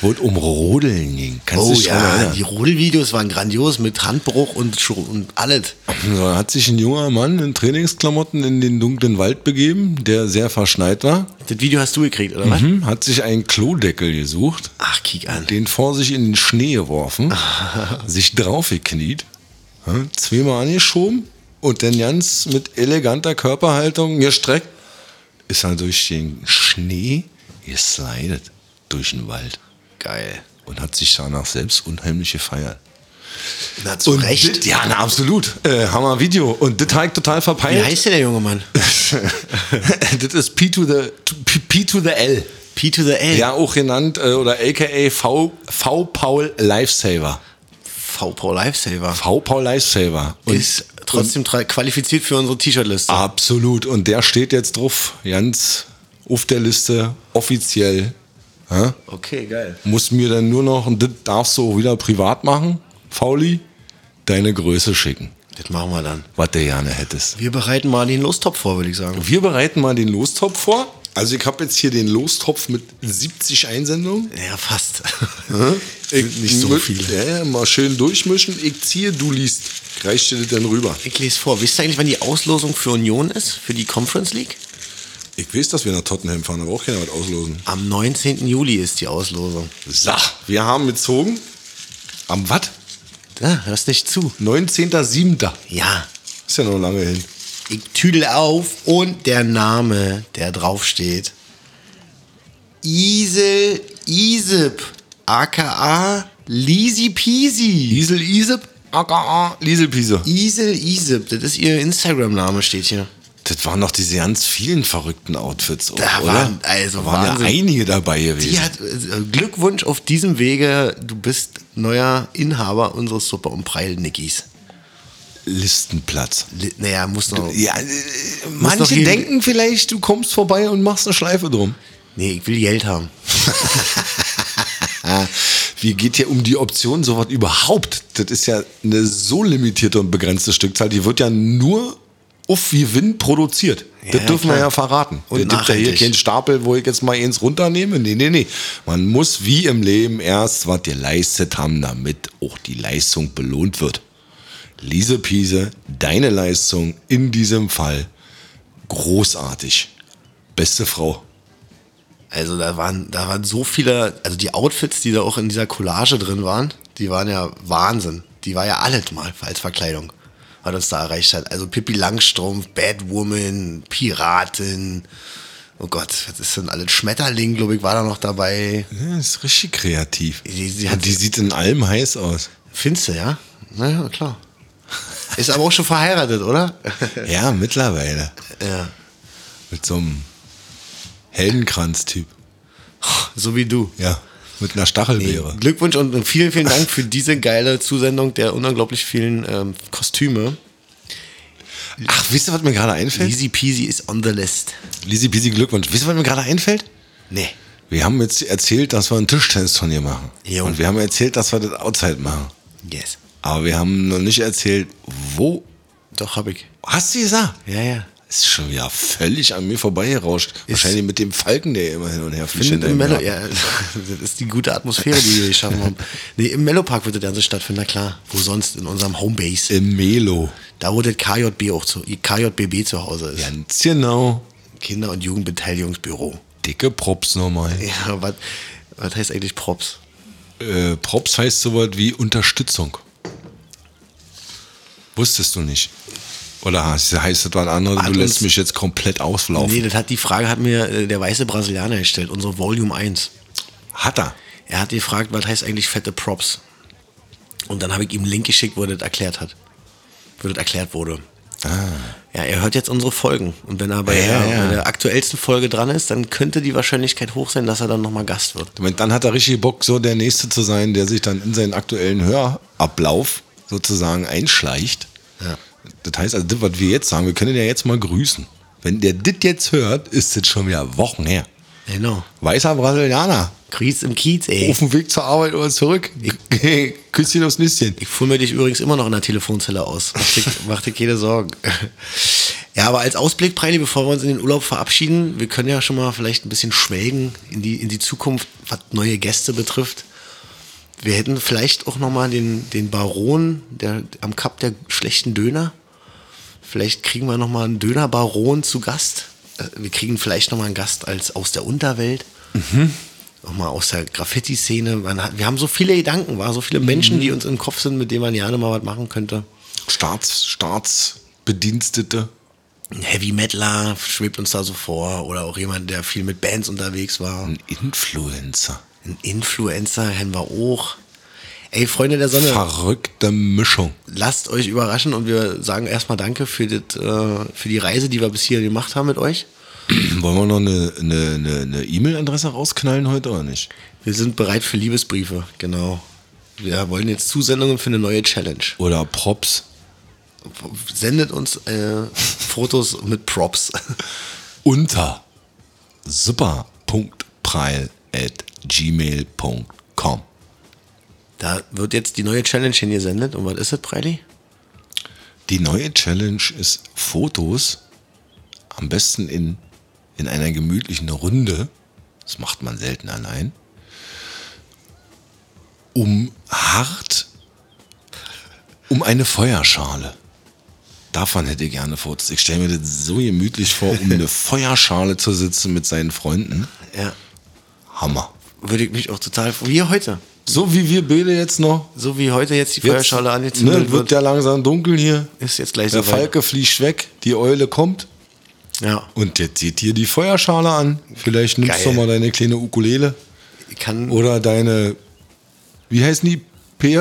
Speaker 5: wo es um Rodeln ging. Kannst du
Speaker 4: Oh
Speaker 5: dich daran
Speaker 4: ja,
Speaker 5: erinnern?
Speaker 4: die Rodelvideos waren grandios mit Handbruch und, Schu- und alles.
Speaker 5: Da hat sich ein junger Mann in Trainingsklamotten in den dunklen Wald begeben, der sehr verschneit war.
Speaker 4: Das Video hast du gekriegt, oder was?
Speaker 5: Hm, hat sich einen Klodeckel gesucht,
Speaker 4: Ach, kick an.
Speaker 5: den vor sich in den Schnee geworfen, sich draufgekniet, hm, zweimal angeschoben und dann ganz mit eleganter Körperhaltung gestreckt, ist er durch den Schnee geslidet, durch den Wald
Speaker 4: Geil.
Speaker 5: und hat sich danach selbst unheimlich gefeiert.
Speaker 4: Na, zu Recht.
Speaker 5: das- ja, na, absolut. Äh, Hammer Video. Und das habe ich total verpeilt.
Speaker 4: Wie heißt denn der junge Mann?
Speaker 5: das ist P to the P, P to the L.
Speaker 4: P to the L.
Speaker 5: Ja, auch genannt äh, oder aka V, v Paul Lifesaver.
Speaker 4: V-Paul Lifesaver.
Speaker 5: V Paul Lifesaver. Und Ah.
Speaker 4: ist trotzdem tra- qualifiziert für unsere T-Shirt-Liste.
Speaker 5: absolut. Und der steht jetzt drauf, ganz auf der Liste, offiziell. Ja?
Speaker 4: Okay, geil.
Speaker 5: Muss mir dann nur noch, und das darfst du auch wieder privat machen, Fauli, deine Größe schicken,
Speaker 4: Das machen wir dann.
Speaker 5: was du gerne hättest.
Speaker 4: Wir bereiten mal den Lostopf vor, würde ich sagen.
Speaker 5: Wir bereiten mal den Lostopf vor. Also ich habe jetzt hier den Lostopf mit 70 Einsendungen.
Speaker 4: Ja, fast.
Speaker 5: Ich,
Speaker 4: Hm? nicht so
Speaker 5: mü-
Speaker 4: viele.
Speaker 5: Ja, ja, mal schön durchmischen. Ich ziehe, du liest. Reicht dir das dann rüber?
Speaker 4: Ich lese vor. Wisst ihr eigentlich, wann die Auslosung für Union ist? Für die Conference League?
Speaker 5: Ich weiß, dass wir nach Tottenham fahren, aber auch keiner was auslosen.
Speaker 4: Am 19. Juli ist die Auslosung.
Speaker 5: So, wir haben gezogen. Am was?
Speaker 4: Ja, hörst nicht zu.
Speaker 5: 19.07.
Speaker 4: Ja,
Speaker 5: Ist ja noch lange hin.
Speaker 4: ich tüdel auf und der Name, der draufsteht. Isel Isip, aka Lisi Peasy.
Speaker 5: Liesel Isep, aka Liesel Pise.
Speaker 4: Isel Isip, das ist ihr Instagram-Name, steht hier.
Speaker 5: Das waren noch diese ganz vielen verrückten Outfits, auch,
Speaker 4: Da
Speaker 5: oder?
Speaker 4: waren- also
Speaker 5: Da waren
Speaker 4: Wahnsinn.
Speaker 5: ja einige dabei gewesen.
Speaker 4: Die hat äh, Glückwunsch auf diesem Wege. Du bist neuer Inhaber unseres Super- und Preil-Nickys.
Speaker 5: Listenplatz.
Speaker 4: Li- Naja, muss noch.
Speaker 5: Ja, äh,
Speaker 4: doch
Speaker 5: manche
Speaker 4: hier-
Speaker 5: denken vielleicht, du kommst vorbei und machst eine Schleife drum.
Speaker 4: Nee, ich will Geld haben.
Speaker 5: Wie geht hier um die Option sowas überhaupt? Das ist ja eine so limitierte und begrenzte Stückzahl. Die wird ja nur auf Gewinn produziert.
Speaker 4: Ja,
Speaker 5: das
Speaker 4: ja,
Speaker 5: dürfen wir
Speaker 4: klar.
Speaker 5: ja verraten.
Speaker 4: Und
Speaker 5: es gibt ja hier
Speaker 4: nachhaltig.
Speaker 5: keinen Stapel, wo ich jetzt mal eins runternehme. Nee, nee, nee. Man muss wie im Leben erst was geleistet haben, damit auch die Leistung belohnt wird. Liese Piese, deine Leistung in diesem Fall großartig. Beste Frau.
Speaker 4: Also da waren, da waren so viele, also die Outfits, die da auch in dieser Collage drin waren, die waren ja Wahnsinn. Die war ja alles mal als Verkleidung, was uns da erreicht hat. Also Pippi Langstrumpf, Batwoman, Piratin. Oh Gott, was ist denn alles? Schmetterling, glaube ich, war da noch dabei.
Speaker 5: Ja, ist richtig kreativ.
Speaker 4: Die- sie
Speaker 5: und
Speaker 4: hat-
Speaker 5: die sieht in allem heiß aus.
Speaker 4: Finste, ja? Naja, klar. Ist aber auch schon verheiratet, oder?
Speaker 5: Ja, mittlerweile.
Speaker 4: ja.
Speaker 5: Mit so einem Heldenkranz-Typ.
Speaker 4: So wie du.
Speaker 5: Ja. Mit einer Stachelbeere.
Speaker 4: Glückwunsch und vielen, vielen Dank für diese geile Zusendung der unglaublich vielen ähm, Kostüme.
Speaker 5: Ach, wisst ihr, was mir gerade einfällt?
Speaker 4: Easy peasy ist on the list.
Speaker 5: Lisi Pisi Glückwunsch. Wisst ihr, was mir gerade einfällt?
Speaker 4: Nee.
Speaker 5: Wir haben jetzt erzählt, dass wir ein Tischtennisturnier machen.
Speaker 4: Jo.
Speaker 5: Und wir haben erzählt, dass wir das Outside machen.
Speaker 4: Yes.
Speaker 5: Aber wir haben noch nicht erzählt, wo.
Speaker 4: Doch, hab ich.
Speaker 5: Hast du gesagt?
Speaker 4: Ja, ja.
Speaker 5: Ist schon wieder völlig an mir vorbeigerauscht. Wahrscheinlich mit dem Falken, der immer hin und her fliegt.
Speaker 4: Findet
Speaker 5: hinter
Speaker 4: im
Speaker 5: ihm
Speaker 4: Mello,
Speaker 5: her.
Speaker 4: ja, das ist die gute Atmosphäre, die wir geschaffen haben. Nee, im Mello Park wird das Ganze stattfinden, na klar. Wo sonst? In unserem Homebase.
Speaker 5: Im Melo.
Speaker 4: Da wo das KJB auch zu, KJBB zu Hause ist.
Speaker 5: Ganz genau.
Speaker 4: Kinder- und Jugendbeteiligungsbüro.
Speaker 5: Dicke Props nochmal.
Speaker 4: Ja, was, was heißt eigentlich Props?
Speaker 5: Äh, Props heißt sowas wie Unterstützung. Wusstest du nicht? Oder heißt heißt das was anderes?
Speaker 4: Hat
Speaker 5: Du lässt
Speaker 4: uns-
Speaker 5: mich jetzt komplett auslaufen.
Speaker 4: Nee, das hat, die Frage hat mir äh, der weiße Brasilianer gestellt, unsere Volume 1.
Speaker 5: Hat er.
Speaker 4: Er hat gefragt, was heißt eigentlich fette Props? Und dann habe ich ihm einen Link geschickt, wo er das erklärt hat. Wo das erklärt wurde.
Speaker 5: Ah.
Speaker 4: Ja, er hört jetzt unsere Folgen. Und wenn er bei,
Speaker 5: Ja,
Speaker 4: der,
Speaker 5: ja.
Speaker 4: bei der aktuellsten Folge dran ist, dann könnte die Wahrscheinlichkeit hoch sein, dass er dann nochmal Gast wird.
Speaker 5: Ich meine, Dann hat er richtig Bock, so der Nächste zu sein, der sich dann in seinen aktuellen Hörablauf sozusagen einschleicht.
Speaker 4: Ja.
Speaker 5: Das heißt, also das, was wir jetzt sagen, wir können ihn ja jetzt mal grüßen. Wenn der dit jetzt hört, ist das schon wieder Wochen her.
Speaker 4: Genau.
Speaker 5: Weißer Brasilianer,
Speaker 4: Kriegs im Kiez, ey.
Speaker 5: auf dem Weg zur Arbeit oder zurück, Küsschen aufs Nüsschen.
Speaker 4: Ich fuhr mir dich übrigens immer noch in der Telefonzelle aus. Mach dir, mach dir keine Sorgen. Ja, aber als Ausblick, Preili, bevor wir uns in den Urlaub verabschieden, wir können ja schon mal vielleicht ein bisschen schwelgen in die, in die Zukunft, was neue Gäste betrifft. Wir hätten vielleicht auch nochmal den, den Baron der, am Kap der schlechten Döner. Vielleicht kriegen wir nochmal einen Dönerbaron zu Gast. Äh, Wir kriegen vielleicht nochmal einen Gast als aus der Unterwelt nochmal aus der Graffiti-Szene. Man hat- Wir haben so viele Gedanken, war so viele Menschen, die uns im Kopf sind, mit denen man gerne mal was machen könnte.
Speaker 5: Staats, Staatsbedienstete.
Speaker 4: Ein Heavy Metaler schwebt uns da so vor oder auch jemand, der viel mit Bands unterwegs war.
Speaker 5: Ein Influencer.
Speaker 4: Ein Influencer, Herrn wir auch. Ey, Freunde der Sonne,
Speaker 5: Verrückte Mischung.
Speaker 4: lasst euch überraschen und wir sagen erstmal Danke für, das, äh, für die Reise, die wir bis hier gemacht haben mit euch.
Speaker 5: Wollen wir noch eine eine- eine- eine E-Mail-Adresse rausknallen heute oder nicht?
Speaker 4: Wir sind bereit für Liebesbriefe, genau. Wir wollen jetzt Zusendungen für eine neue Challenge.
Speaker 5: Oder Props?
Speaker 4: Sendet uns äh, Fotos mit Props.
Speaker 5: unter super.preil at gmail.com.
Speaker 4: Da wird jetzt die neue Challenge hingesendet. Und was ist das, Preili?
Speaker 5: Die neue Challenge ist Fotos am besten in, in einer gemütlichen Runde. Das macht man selten allein. Um hart, um eine Feuerschale. Davon hätte ich gerne Fotos. Ich stelle mir das so gemütlich vor, um eine Feuerschale zu sitzen mit seinen Freunden.
Speaker 4: Ja,
Speaker 5: Hammer.
Speaker 4: würde ich mich auch total freuen. Wie heute.
Speaker 5: So wie wir Bilder jetzt noch.
Speaker 4: So wie heute jetzt die
Speaker 5: Jetzt,
Speaker 4: Feuerschale angezündet
Speaker 5: ne, wird
Speaker 4: wird.
Speaker 5: ja langsam dunkel hier.
Speaker 4: Ist jetzt gleich
Speaker 5: Der
Speaker 4: soweit.
Speaker 5: Falke fliegt weg, die Eule kommt
Speaker 4: Ja,
Speaker 5: und jetzt zieht hier die Feuerschale an. Vielleicht nimmst
Speaker 4: Geil.
Speaker 5: du mal deine kleine Ukulele
Speaker 4: ich kann
Speaker 5: oder deine, wie heißen die? PJ?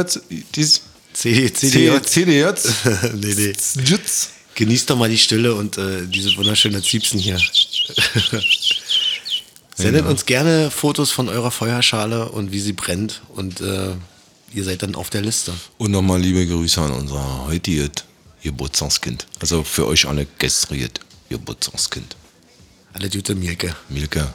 Speaker 5: Dies,
Speaker 4: CD,
Speaker 5: C-
Speaker 4: CD,
Speaker 5: CDJ?
Speaker 4: nee, nee.
Speaker 5: Jits?
Speaker 4: Genießt doch mal die Stille und äh, dieses wunderschöne Ziepsen hier. Sendet
Speaker 5: Ja.
Speaker 4: uns gerne Fotos von eurer Feuerschale und wie sie brennt. Und äh, ihr seid dann auf der Liste.
Speaker 5: Und nochmal liebe Grüße an unser heutiges Geburtstagskind. Also für euch alle gestriges Geburtstagskind.
Speaker 4: Alle Tüte Mirke.
Speaker 5: Milke,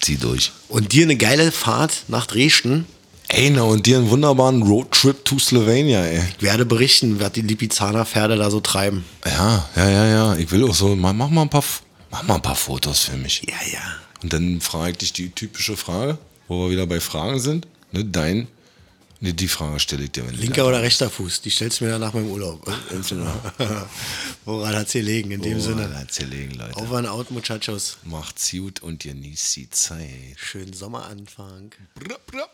Speaker 5: zieh durch.
Speaker 4: Und dir eine geile Fahrt nach Dresden.
Speaker 5: Ey, na und dir einen wunderbaren Roadtrip to Slovenia, ey.
Speaker 4: Ich werde berichten, was die Lipizzaner Pferde da so treiben.
Speaker 5: Ja, ja, ja, ja. Ich will auch so, mach, mach, mal, ein paar, F- mach mal ein paar Fotos für mich.
Speaker 4: Ja, ja.
Speaker 5: Und dann frage ich dich die typische Frage, wo wir wieder bei Fragen sind. Ne, dein, ne, die Frage stelle ich dir. Wenn du
Speaker 4: Linker
Speaker 5: da-
Speaker 4: oder rechter Fuß? Die stellst du mir ja nach meinem Urlaub. Woran hat's hier liegen? In dem
Speaker 5: Oh,
Speaker 4: Sinne.
Speaker 5: Hat's gelegen, Leute.
Speaker 4: Over and out, Muchachos.
Speaker 5: Macht's gut und genießt die Zeit.
Speaker 4: Schönen Sommeranfang.
Speaker 5: Brup, brup.